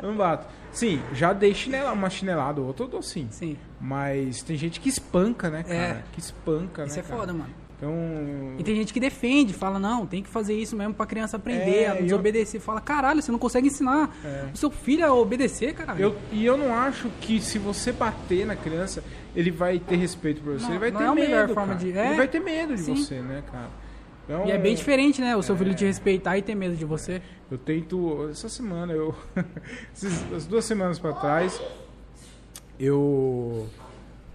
Speaker 2: Eu não bato. Sim, já dei chinela, uma chinelada ou outra, eu dou sim.
Speaker 1: Sim.
Speaker 2: Mas tem gente que espanca, né, cara?
Speaker 1: É.
Speaker 2: Que espanca,
Speaker 1: Isso
Speaker 2: né?
Speaker 1: é foda,
Speaker 2: cara?
Speaker 1: mano.
Speaker 2: Então.
Speaker 1: E tem gente que defende, fala, não, tem que fazer isso mesmo pra criança aprender,
Speaker 2: É,
Speaker 1: a
Speaker 2: eu-
Speaker 1: desobedecer. Fala, caralho, você não consegue ensinar
Speaker 2: É.
Speaker 1: o seu filho a obedecer, caralho.
Speaker 2: Eu, e eu não acho que se você bater na criança, ele vai ter respeito por você.
Speaker 1: Não,
Speaker 2: ele vai
Speaker 1: não
Speaker 2: ter
Speaker 1: é a
Speaker 2: medo.
Speaker 1: melhor forma
Speaker 2: cara.
Speaker 1: de- é.
Speaker 2: Ele vai ter medo de
Speaker 1: Sim.
Speaker 2: você, né, cara? Então,
Speaker 1: E é bem diferente, né? O seu filho te respeitar e ter medo de você.
Speaker 2: Eu tento. Essa semana, eu. esses- As duas semanas pra trás, eu.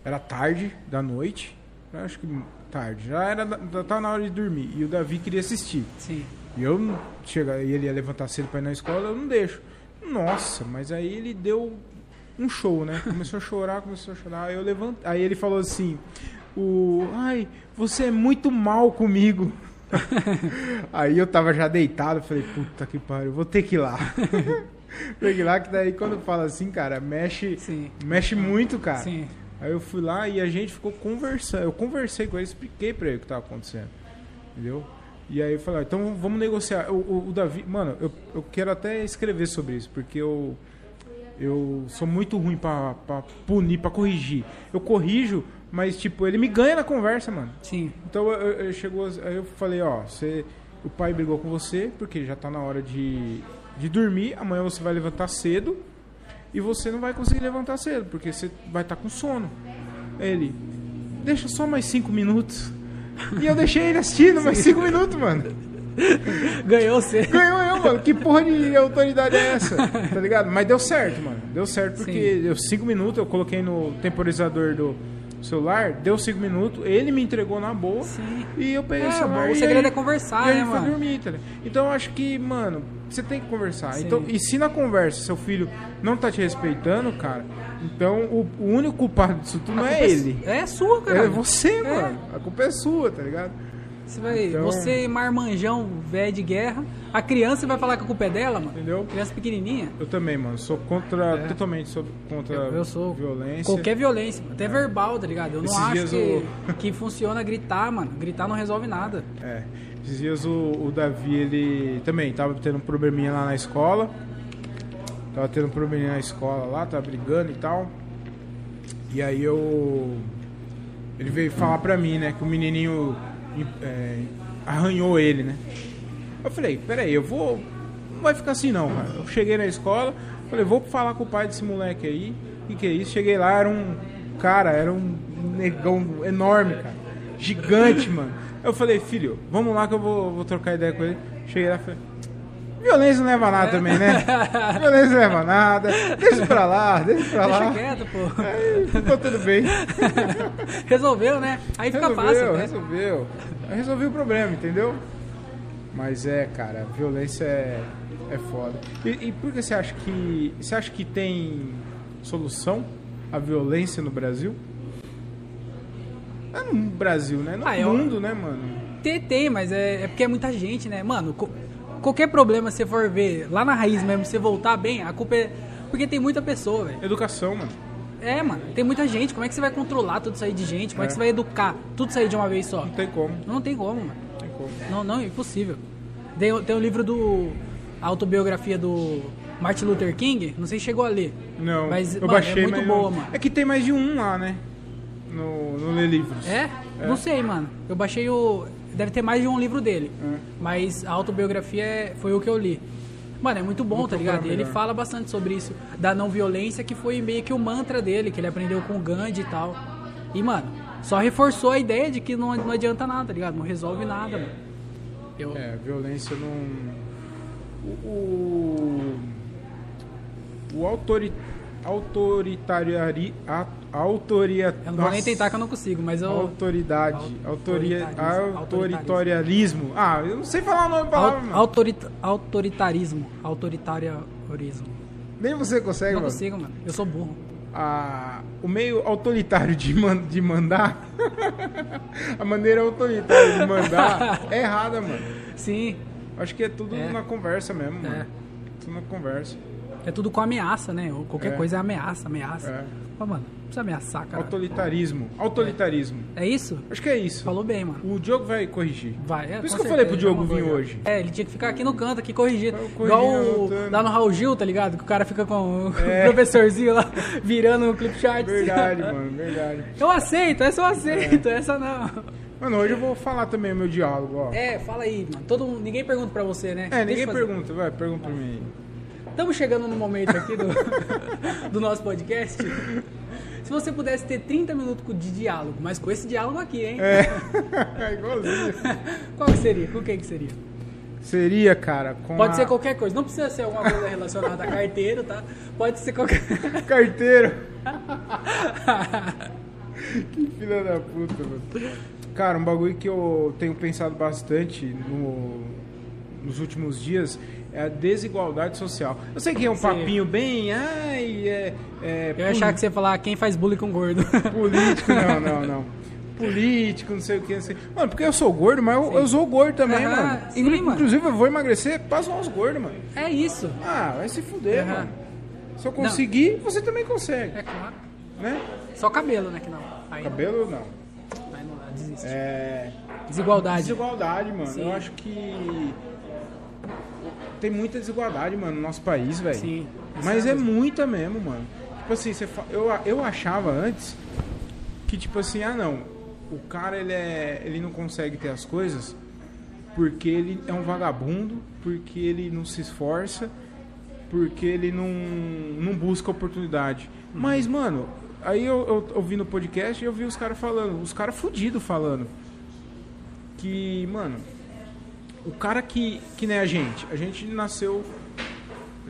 Speaker 2: Era tarde da noite. eu Acho que tarde. Já era. da- Já tava na hora de dormir. E o Davi queria assistir.
Speaker 1: Sim.
Speaker 2: E eu não- chega, e ele ia levantar cedo pra ir na escola, eu não deixo. Nossa, mas aí ele deu um show, né? Começou a chorar, começou a chorar. Aí eu levanto, aí ele falou assim: "O, ai, você é muito mal comigo". aí eu tava já deitado, eu falei: "Puta que pariu, eu vou ter que ir lá". Tem que ir lá que daí quando fala assim, cara, mexe,
Speaker 1: Sim.
Speaker 2: mexe muito, cara.
Speaker 1: Sim.
Speaker 2: Aí eu fui lá e a gente ficou conversando. Eu conversei com ele, expliquei pra ele o que tava acontecendo. Entendeu? E aí eu falei, "Ah, então vamos negociar. O, o- o Davi, mano, eu, eu quero até escrever sobre isso, porque eu, eu sou muito ruim pra, pra punir, pra corrigir. Eu corrijo, mas tipo, ele me ganha na conversa, mano.
Speaker 1: Sim.
Speaker 2: Então eu, eu- eu chegou, aí eu falei, ó, você, o pai brigou com você porque já tá na hora de, de dormir, amanhã você vai levantar cedo e você não vai conseguir levantar cedo porque você vai estar com sono. Aí Ele, deixa só mais cinco minutos. E eu deixei ele assistindo mais cinco minutos, mano.
Speaker 1: Ganhou você.
Speaker 2: Ganhou eu, mano. Que porra de autoridade é essa? Tá ligado? Mas deu certo, mano. Deu certo porque
Speaker 1: Sim.
Speaker 2: deu 5 minutos, eu coloquei no temporizador do celular, deu 5 minutos, ele me entregou na boa.
Speaker 1: Sim.
Speaker 2: E eu peguei
Speaker 1: É,
Speaker 2: o celular.
Speaker 1: bom, o
Speaker 2: e
Speaker 1: segredo
Speaker 2: aí-
Speaker 1: é conversar,
Speaker 2: e aí
Speaker 1: né,
Speaker 2: ele foi
Speaker 1: mano?
Speaker 2: dormir, tá ligado? Então eu acho que, mano, você tem que conversar.
Speaker 1: Sim.
Speaker 2: Então, e se na conversa seu filho não tá te respeitando, cara, então o, o único culpado disso tudo não é ele.
Speaker 1: É sua, cara.
Speaker 2: É você, mano. A culpa é sua, tá ligado?
Speaker 1: Você, vai,
Speaker 2: Então-
Speaker 1: você, marmanjão, velho de guerra, a criança vai falar que a culpa é dela, mano?
Speaker 2: Entendeu?
Speaker 1: Criança pequenininha.
Speaker 2: Eu também, mano. Sou contra. Totalmente sou contra
Speaker 1: É. Eu, eu sou.
Speaker 2: violência.
Speaker 1: Qualquer violência, até verbal, tá ligado? Eu não
Speaker 2: Esses
Speaker 1: acho
Speaker 2: dias
Speaker 1: que,
Speaker 2: eu-
Speaker 1: que funciona gritar, mano. Gritar não resolve nada.
Speaker 2: É. Esses dias o, o Davi, ele também tava tendo um probleminha lá na escola. Tava tendo um probleminha na escola lá, tava brigando e tal. E aí eu. Ele veio falar pra mim, né? Que o menininho é, arranhou ele, né? Eu falei, peraí, eu vou. Não vai ficar assim não, cara. Eu cheguei na escola, falei, vou falar com o pai desse moleque aí. O que, que é isso? Cheguei lá, era um. Cara, era um negão enorme, cara. Gigante, mano. Eu falei, filho, vamos lá que eu vou, vou trocar ideia com ele. Cheguei lá e falei. Violência não leva a nada também, né? Violência não leva a nada. Deixa pra lá, deixa pra
Speaker 1: Deixa
Speaker 2: lá.
Speaker 1: quieto, pô.
Speaker 2: Aí ficou tudo bem.
Speaker 1: Resolveu, né? Aí fica fácil, né?
Speaker 2: resolveu. Aí Resolvi o problema, entendeu? Mas é, cara, violência é, é foda. E, e por que você acha que. Você acha que tem solução à violência no Brasil? É no Brasil, né? No
Speaker 1: Ah, eu-
Speaker 2: mundo, né, mano?
Speaker 1: Tem, tem, mas é, é porque é muita gente, né? Mano, co- qualquer problema você for ver lá na raiz mesmo, você voltar bem, a culpa é. Porque tem muita pessoa, velho.
Speaker 2: Educação, mano.
Speaker 1: É, mano, tem muita gente. Como é que você vai controlar tudo isso aí de gente? Como é,
Speaker 2: É.
Speaker 1: que você vai educar tudo isso aí de uma vez só?
Speaker 2: Não tem como. Não
Speaker 1: Não tem como, mano.
Speaker 2: tem como.
Speaker 1: Não, não, é impossível. Tem, tem o livro do. A autobiografia do Martin Luther King, não sei se chegou a ler.
Speaker 2: Não,
Speaker 1: Mas,
Speaker 2: eu
Speaker 1: mano,
Speaker 2: baixei,
Speaker 1: é muito
Speaker 2: mas
Speaker 1: boa,
Speaker 2: não-
Speaker 1: mano.
Speaker 2: É que tem mais de um lá, né? No, no Lê Livros.
Speaker 1: É? Não sei, mano. Eu baixei o. Deve ter mais de um livro dele.
Speaker 2: É.
Speaker 1: Mas a autobiografia é- foi o que eu li. Mano, é muito bom,
Speaker 2: Vou
Speaker 1: tá
Speaker 2: procurar
Speaker 1: ligado? E Ele
Speaker 2: melhor.
Speaker 1: fala bastante sobre isso, da não violência, que foi meio que o mantra dele, que ele aprendeu com o Gandhi e tal. E, mano, só reforçou a ideia de que não, não adianta nada, tá ligado? Não resolve nada, mano. Eu,
Speaker 2: É, violência não. O. O, o autori... autoritariari... a- Autoria...
Speaker 1: eu não vou nem tentar que eu não consigo, mas eu.
Speaker 2: Autoridade. Autoria...
Speaker 1: Autoritarismo.
Speaker 2: Autoritarismo. Ah, eu não sei falar o nome da palavra,
Speaker 1: Au-
Speaker 2: mano.
Speaker 1: autorita- autoritarismo. Autoritarismo.
Speaker 2: Nem você consegue,
Speaker 1: Não
Speaker 2: mano.
Speaker 1: consigo, mano. Eu sou burro.
Speaker 2: Ah, o meio autoritário de, man... de mandar. a maneira autoritária de mandar é errada, mano.
Speaker 1: Sim.
Speaker 2: Acho que é tudo
Speaker 1: É.
Speaker 2: na conversa mesmo, mano.
Speaker 1: É.
Speaker 2: Tudo na conversa.
Speaker 1: É tudo com ameaça, né? Ou Qualquer
Speaker 2: É.
Speaker 1: coisa é ameaça, ameaça.
Speaker 2: É.
Speaker 1: Pô, mano, não precisa ameaçar, cara.
Speaker 2: Autoritarismo. Autoritarismo.
Speaker 1: É isso?
Speaker 2: Acho que é isso.
Speaker 1: Falou bem, mano.
Speaker 2: O Diogo vai corrigir.
Speaker 1: Vai, é,
Speaker 2: Por isso
Speaker 1: com
Speaker 2: que eu
Speaker 1: certeza,
Speaker 2: falei pro Diogo
Speaker 1: é uma
Speaker 2: vir
Speaker 1: boa.
Speaker 2: hoje. Tá
Speaker 1: É, ele tinha que ficar aqui no canto, aqui corrigindo.
Speaker 2: Eu corrigi,
Speaker 1: Igual
Speaker 2: anotando.
Speaker 1: o, lá no Raul Gil, tá ligado? Que o cara fica com o
Speaker 2: É.
Speaker 1: professorzinho lá virando o clip chart.
Speaker 2: Verdade, É. mano, verdade.
Speaker 1: Eu aceito, essa eu aceito, essa não.
Speaker 2: Mano, hoje eu vou falar também o meu diálogo, ó.
Speaker 1: É, fala aí, mano. Todo mundo, ninguém pergunta pra você, né?
Speaker 2: É,
Speaker 1: Deixa
Speaker 2: ninguém
Speaker 1: eu fazer.
Speaker 2: pergunta, vai, pergunta pra mim aí.
Speaker 1: Estamos chegando no momento aqui do, do nosso podcast. Se você pudesse ter 30 minutos de diálogo, mas com esse diálogo aqui, hein?
Speaker 2: É, é igualzinho.
Speaker 1: Qual que seria? Com quem que seria?
Speaker 2: Seria, cara, com
Speaker 1: Pode
Speaker 2: a
Speaker 1: ser qualquer coisa. Não precisa ser alguma coisa relacionada a carteiro, tá? Pode ser qualquer...
Speaker 2: carteiro. que filha da puta, mano. Cara, um bagulho que eu tenho pensado bastante no- nos últimos dias é a desigualdade social. Eu sei que é um
Speaker 1: Sim.
Speaker 2: papinho bem. Ai, é. é
Speaker 1: Eu ia achar que você ia falar quem faz bullying com gordo.
Speaker 2: Político, não, não, não. Político, não sei o que, não sei. Mano, porque eu sou gordo, mas eu, eu sou gordo também,
Speaker 1: Aham,
Speaker 2: mano.
Speaker 1: sim,
Speaker 2: Inclu-
Speaker 1: mano.
Speaker 2: Inclusive, eu vou emagrecer pra zoar os gordos, mano.
Speaker 1: É isso.
Speaker 2: Ah, vai se fuder,
Speaker 1: Aham.
Speaker 2: mano. Se eu conseguir, você também
Speaker 1: É
Speaker 2: consegue,
Speaker 1: claro.
Speaker 2: né?
Speaker 1: Só cabelo, né? Que não. Aí,
Speaker 2: Cabelo, não.
Speaker 1: aí não dá, desiste.
Speaker 2: É...
Speaker 1: Desigualdade.
Speaker 2: Desigualdade, mano.
Speaker 1: Tá, Sim.
Speaker 2: Eu acho que... Tem muita desigualdade, mano, no nosso país, velho.
Speaker 1: Sim. Isso
Speaker 2: Mas é
Speaker 1: mesmo.
Speaker 2: muita mesmo, mano. Tipo assim, você fa- eu, a- eu achava antes que, tipo assim, ah não, o cara ele, é, ele não consegue ter as coisas porque ele é um vagabundo, porque ele não se esforça, porque ele não, não busca oportunidade. Mas, mano, aí eu, eu ouvi no podcast e eu vi os caras falando, os caras fudidos falando. Que, mano, o cara que, que nem a gente, a gente nasceu.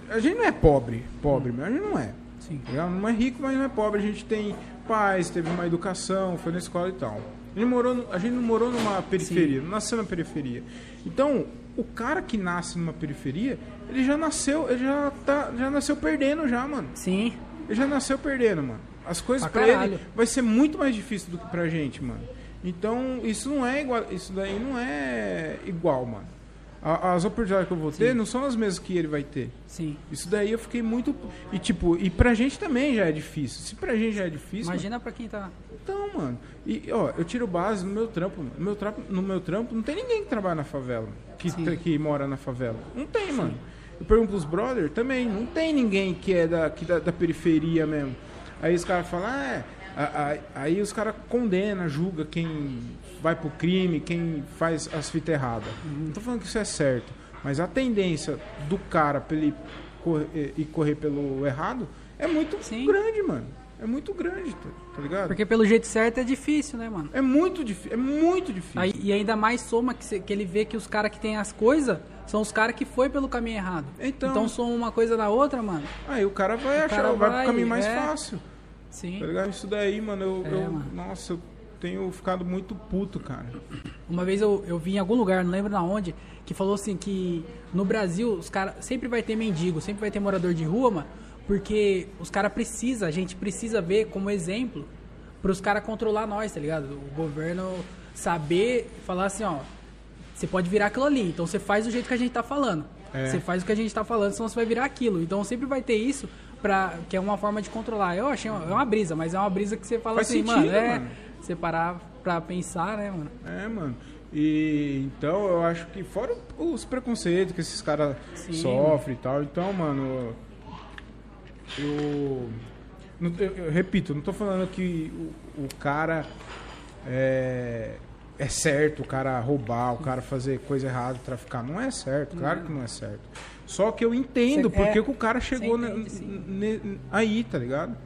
Speaker 2: A gente não é pobre, pobre, mas a gente não é.
Speaker 1: Sim.
Speaker 2: Tá ligado? Não é rico, mas não é pobre. A gente tem pais, teve uma educação, foi na escola e tal. A gente, morou no- a gente não morou numa periferia, não nasceu na periferia. Então, o cara que nasce numa periferia, ele já nasceu, ele já, tá, já nasceu perdendo já, mano.
Speaker 1: Sim.
Speaker 2: Ele já nasceu perdendo, mano. As coisas
Speaker 1: Pra
Speaker 2: pra, ele
Speaker 1: caralho.
Speaker 2: vai ser muito mais difícil do que pra gente, mano. Então, isso não é igual, isso daí não é igual, mano. A- As oportunidades que eu vou ter não são as mesmas que ele vai ter.
Speaker 1: Sim.
Speaker 2: Isso daí eu fiquei muito e tipo, e pra gente também já é difícil. Se pra gente já é difícil, mano,
Speaker 1: Imagina pra quem tá...
Speaker 2: então, mano. E ó, eu tiro base no meu trampo, mano. No meu trampo, no meu trampo não tem ninguém que trabalha na favela, que
Speaker 1: Sim.
Speaker 2: tra- que mora na favela. Não tem, mano. Eu pergunto pros brother, também não tem ninguém que é da que da, da periferia mesmo. Aí os caras falam, ah, é. A- a- Aí os caras condenam, julga quem vai pro crime, quem faz as fitas erradas.
Speaker 1: Uhum.
Speaker 2: Não tô falando que isso é certo, mas a tendência do cara pra ele correr, eh, e correr pelo errado é muito
Speaker 1: Sim.
Speaker 2: grande, mano. É muito grande, tá, tá ligado?
Speaker 1: Porque pelo jeito certo é difícil, né, mano?
Speaker 2: É muito difícil, é muito difícil.
Speaker 1: Aí- e ainda mais soma que, cê- que ele vê que os caras que tem as coisas são os caras que foi pelo caminho errado.
Speaker 2: Então.
Speaker 1: então soma uma coisa na outra, mano.
Speaker 2: Aí o cara vai achar,
Speaker 1: cara
Speaker 2: vai,
Speaker 1: vai,
Speaker 2: pro caminho mais
Speaker 1: é.
Speaker 2: fácil. Tá
Speaker 1: Sim.
Speaker 2: ligado? Isso daí, mano, eu,
Speaker 1: É,
Speaker 2: eu-
Speaker 1: mano.
Speaker 2: nossa, eu tenho ficado muito puto, cara.
Speaker 1: Uma vez eu, eu vi em algum lugar, não lembro na onde, que falou assim que no Brasil os caras sempre vai ter mendigo, sempre vai ter morador de rua, mano, porque os caras precisa, a gente precisa ver como exemplo para os caras controlar nós, tá ligado? O governo saber falar assim, ó, você pode virar aquilo ali, então você faz do jeito que a gente tá falando.
Speaker 2: É.
Speaker 1: Você faz o que a gente tá falando, senão você vai virar aquilo. Então sempre vai ter isso para que é uma forma de controlar. Eu achei uma, é uma brisa, mas é uma brisa que você fala
Speaker 2: Faz
Speaker 1: assim,
Speaker 2: sentido,
Speaker 1: mano, é
Speaker 2: mano.
Speaker 1: você parar pra pensar, né, mano?
Speaker 2: É, mano. E então eu acho que fora os preconceitos que esses caras
Speaker 1: Sim.
Speaker 2: sofrem e tal, então, mano, eu, não- eu- eu repito, não tô falando que o, o cara é, é certo, o cara roubar, o cara fazer coisa errada, traficar, não é certo, claro que não é certo. Só que eu entendo
Speaker 1: Você-
Speaker 2: porque
Speaker 1: é,
Speaker 2: que o cara chegou
Speaker 1: você
Speaker 2: na-
Speaker 1: entende, sim.
Speaker 2: ne- aí, tá ligado?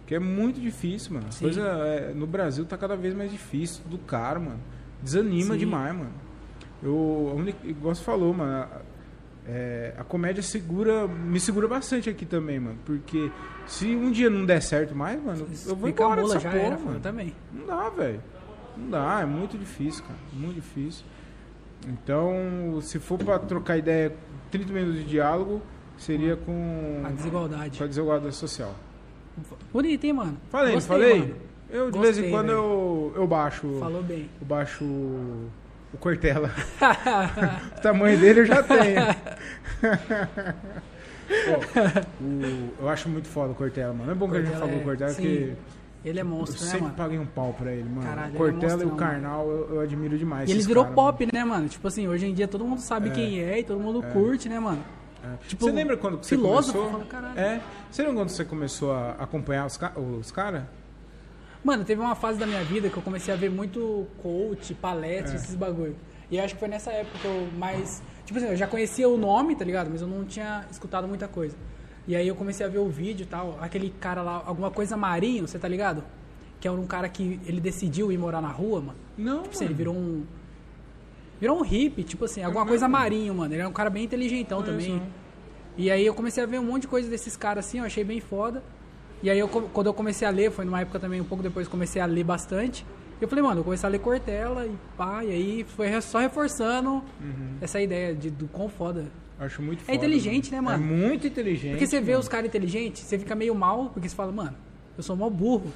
Speaker 2: Porque é muito difícil, mano. A
Speaker 1: Sim.
Speaker 2: Coisa é, no Brasil tá cada vez mais difícil do cara, mano. Desanima
Speaker 1: Sim.
Speaker 2: demais, mano. Eu, a única, igual você falou, mano, a, é, a comédia segura, me segura bastante aqui também, mano. Porque se um dia não der certo mais, mano, eu vou
Speaker 1: Fica
Speaker 2: embora
Speaker 1: a
Speaker 2: dessa
Speaker 1: já
Speaker 2: porra,
Speaker 1: era, mano.
Speaker 2: mano.
Speaker 1: Eu também.
Speaker 2: Não dá, velho. Não dá, é muito difícil, cara. Muito difícil. Então, se for pra trocar ideia, 30 minutos de diálogo, seria com
Speaker 1: A
Speaker 2: com a
Speaker 1: desigualdade.
Speaker 2: desigualdade social.
Speaker 1: Bonito, hein, mano?
Speaker 2: Falei, não
Speaker 1: Gostei,
Speaker 2: falei?
Speaker 1: mano.
Speaker 2: Eu de
Speaker 1: Gostei,
Speaker 2: vez em quando
Speaker 1: velho.
Speaker 2: eu, eu baixo.
Speaker 1: Falou bem.
Speaker 2: Eu baixo o o Cortella. o tamanho dele eu já tenho. Pô, o- eu acho muito foda o Cortella, mano. É bom que a gente
Speaker 1: Cortella
Speaker 2: falou
Speaker 1: é-
Speaker 2: o Cortella,
Speaker 1: sim,
Speaker 2: porque
Speaker 1: Ele é
Speaker 2: eu
Speaker 1: monstro, né,
Speaker 2: sempre
Speaker 1: mano?
Speaker 2: paguei um pau pra ele, mano.
Speaker 1: Caralho, ele
Speaker 2: o
Speaker 1: é
Speaker 2: Cortella e o
Speaker 1: monstrão, mano.
Speaker 2: Karnal eu, eu admiro demais.
Speaker 1: E ele
Speaker 2: esses
Speaker 1: virou
Speaker 2: caras,
Speaker 1: pop, né, mano? Tipo assim, hoje em dia todo mundo sabe
Speaker 2: É.
Speaker 1: quem é e todo mundo curte, né, mano?
Speaker 2: mano. É.
Speaker 1: Tipo,
Speaker 2: você lembra quando que você
Speaker 1: filósofo,
Speaker 2: começou?
Speaker 1: fala, caralho.
Speaker 2: é. Você lembra quando você começou a acompanhar os, ca- os caras?
Speaker 1: Mano, teve uma fase da minha vida que eu comecei a ver muito coach, palestra, esses bagulho. E eu acho que foi nessa época que eu mais. Tipo assim, eu já conhecia o nome, tá ligado? Mas eu não tinha escutado muita coisa. E aí eu comecei a ver o vídeo e tal. Aquele cara lá, alguma coisa marinho, você tá ligado? Que era um cara que ele decidiu ir morar na rua, mano.
Speaker 2: Não,
Speaker 1: Tipo assim, ele virou um. Virou um hippie, tipo assim, alguma coisa
Speaker 2: Uhum.
Speaker 1: marinho, mano. Ele era um cara bem inteligentão
Speaker 2: Conheço,
Speaker 1: também.
Speaker 2: né?
Speaker 1: E aí eu comecei a ver um monte de coisa desses caras assim, eu achei bem foda. E aí eu, co- quando eu comecei a ler, foi numa época também, um pouco depois comecei a ler bastante. E eu falei, mano, eu comecei a ler Cortella e pá, e aí foi re- só reforçando
Speaker 2: Uhum.
Speaker 1: essa ideia de, do quão foda.
Speaker 2: Acho muito foda.
Speaker 1: É inteligente, né, mano?
Speaker 2: É muito inteligente.
Speaker 1: Porque você vê os caras inteligentes, você fica meio mal, porque você fala, mano, eu sou mó burro.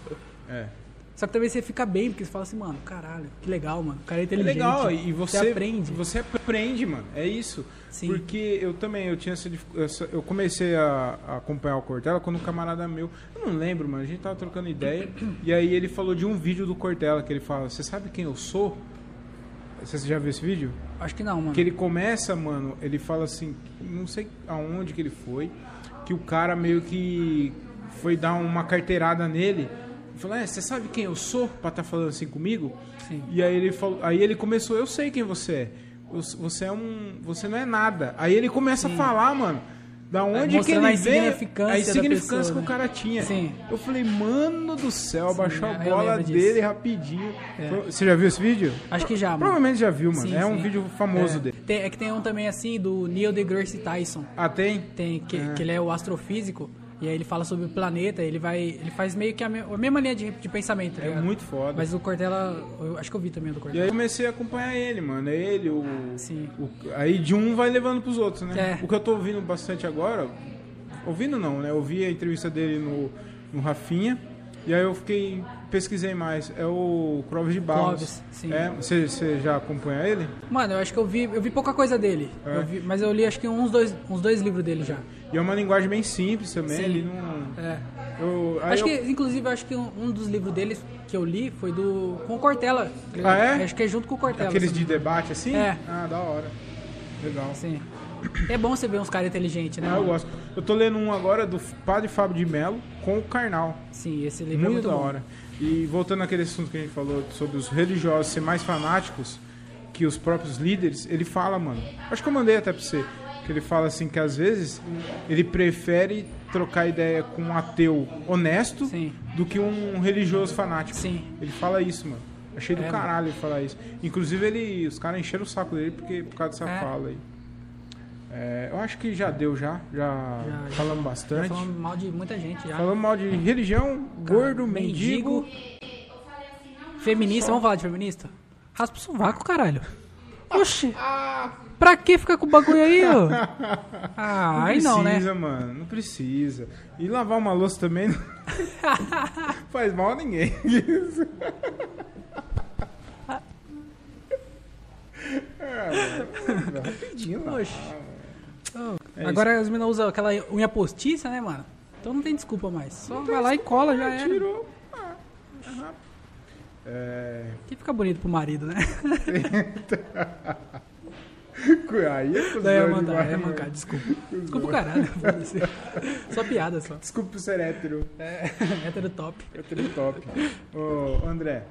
Speaker 2: É.
Speaker 1: Só que também você fica bem, porque você fala assim, mano, caralho, que legal, mano. O cara é
Speaker 2: É
Speaker 1: inteligente.
Speaker 2: legal, e você,
Speaker 1: aprende.
Speaker 2: Você aprende, mano. É isso.
Speaker 1: Sim.
Speaker 2: Porque eu também, eu tinha essa, dif- essa- eu comecei a, a acompanhar o Cortella quando um camarada meu, eu não lembro, mano, a gente tava trocando ideia, e aí ele falou de um vídeo do Cortella que ele fala: "Você sabe quem eu sou?" Você já viu esse vídeo?
Speaker 1: Acho que não, mano.
Speaker 2: Que ele começa, mano, ele fala assim, não sei aonde que ele foi, que o cara meio que foi dar uma carteirada nele. e Falou, é, você sabe quem eu sou pra tá falando assim comigo?
Speaker 1: Sim.
Speaker 2: E aí ele falou, aí ele começou, eu sei quem você é. Você- Você é um. Você não é nada. Aí ele começa a falar, mano. Da onde que
Speaker 1: mostrando
Speaker 2: ele
Speaker 1: a
Speaker 2: vem.
Speaker 1: insignificância
Speaker 2: A
Speaker 1: da
Speaker 2: insignificância
Speaker 1: pessoa,
Speaker 2: que o
Speaker 1: né?
Speaker 2: cara tinha.
Speaker 1: Sim.
Speaker 2: Eu falei, mano do
Speaker 1: Sim,
Speaker 2: céu,
Speaker 1: é,
Speaker 2: abaixou a
Speaker 1: eu
Speaker 2: bola
Speaker 1: lembro disso.
Speaker 2: dele rapidinho.
Speaker 1: É.
Speaker 2: Foi- Você já viu esse vídeo?
Speaker 1: Acho que já, mano.
Speaker 2: Provavelmente já viu, mano.
Speaker 1: Sim,
Speaker 2: é um
Speaker 1: sim.
Speaker 2: vídeo famoso
Speaker 1: É.
Speaker 2: dele.
Speaker 1: Tem- é que tem um também assim do Neil deGrasse Tyson.
Speaker 2: Ah, tem?
Speaker 1: Tem que,
Speaker 2: É.
Speaker 1: que ele é o astrofísico e aí ele fala sobre o planeta, ele vai ele faz meio que a, me- a mesma linha de, de pensamento, tá
Speaker 2: É
Speaker 1: ligado?
Speaker 2: muito foda.
Speaker 1: Mas o Cortella, eu acho que eu vi também o do
Speaker 2: E aí
Speaker 1: Cortella.
Speaker 2: eu comecei a acompanhar ele, mano. É Ele, o...
Speaker 1: Sim.
Speaker 2: o- Aí de um vai levando pros outros, né?
Speaker 1: É.
Speaker 2: O que eu tô ouvindo bastante agora... Ouvindo não, né? Eu vi a entrevista dele no, no Rafinha. E aí eu fiquei... Pesquisei mais. É o Clóvis de Barros.
Speaker 1: Clóvis, sim.
Speaker 2: É, você, você já acompanha ele?
Speaker 1: Mano, eu acho que eu vi, eu vi pouca coisa dele.
Speaker 2: É.
Speaker 1: Eu vi- mas eu li acho que uns dois, uns dois livros dele já.
Speaker 2: E é uma linguagem bem simples também.
Speaker 1: Sim.
Speaker 2: Ele não...
Speaker 1: É.
Speaker 2: Eu, aí
Speaker 1: Acho
Speaker 2: eu-
Speaker 1: que, inclusive, eu acho que um, um dos livros dele que eu li foi do. com o Cortella. tá ligado?
Speaker 2: Ah, é?
Speaker 1: Acho que é junto com o Cortella.
Speaker 2: Aqueles
Speaker 1: se
Speaker 2: de debate assim?
Speaker 1: É.
Speaker 2: Ah, da hora. Legal.
Speaker 1: não me engano. Sim. É bom você ver uns caras inteligentes, né?
Speaker 2: Ah, eu
Speaker 1: mano?
Speaker 2: gosto. Eu tô lendo um agora do Padre Fábio de Mello com o Karnal.
Speaker 1: Sim, esse livro é muito
Speaker 2: Muito, da
Speaker 1: bom.
Speaker 2: hora. E voltando àquele assunto que a gente falou sobre os religiosos ser mais fanáticos que os próprios líderes, ele fala, mano. Acho que eu mandei até pra você. Que ele fala assim que às vezes ele prefere trocar ideia com um ateu honesto
Speaker 1: Sim.
Speaker 2: do que um religioso fanático.
Speaker 1: Sim.
Speaker 2: Ele fala isso, mano. Achei do
Speaker 1: É,
Speaker 2: caralho ele falar isso. Inclusive, ele, os caras encheram o saco dele porque, por causa dessa
Speaker 1: É.
Speaker 2: fala aí. É, eu acho que já deu, já. Já,
Speaker 1: Já, já.
Speaker 2: falamos
Speaker 1: Tá
Speaker 2: bastante.
Speaker 1: falando mal de muita gente já.
Speaker 2: Falamos mal de religião, gordo, mendigo.
Speaker 1: Feminista, vamos falar de feminista? Raspa o sovaco, caralho. Oxi. Pra que ficar com o bagulho aí, ô? Ah, aí não,
Speaker 2: Não
Speaker 1: né?
Speaker 2: precisa, mano. Não precisa. E lavar uma louça também não faz mal a ninguém. é, mano, rapidinho, lá.
Speaker 1: Oxi. Oh,
Speaker 2: É
Speaker 1: Agora as meninas usam aquela unha postiça, né, mano? Então não tem desculpa mais. Só vai lá e
Speaker 2: é
Speaker 1: cola, já era.
Speaker 2: Tirou. Ah, é rápido. É,
Speaker 1: Que fica bonito pro marido, né?
Speaker 2: Aí é
Speaker 1: Daí é
Speaker 2: cuzão
Speaker 1: mancar,
Speaker 2: demais,
Speaker 1: é
Speaker 2: mano.
Speaker 1: mancar, desculpa. Desculpa o caralho. foda-se. Só piada, só.
Speaker 2: Desculpa por ser hétero.
Speaker 1: É, hétero top.
Speaker 2: Aquele top. Ô, André,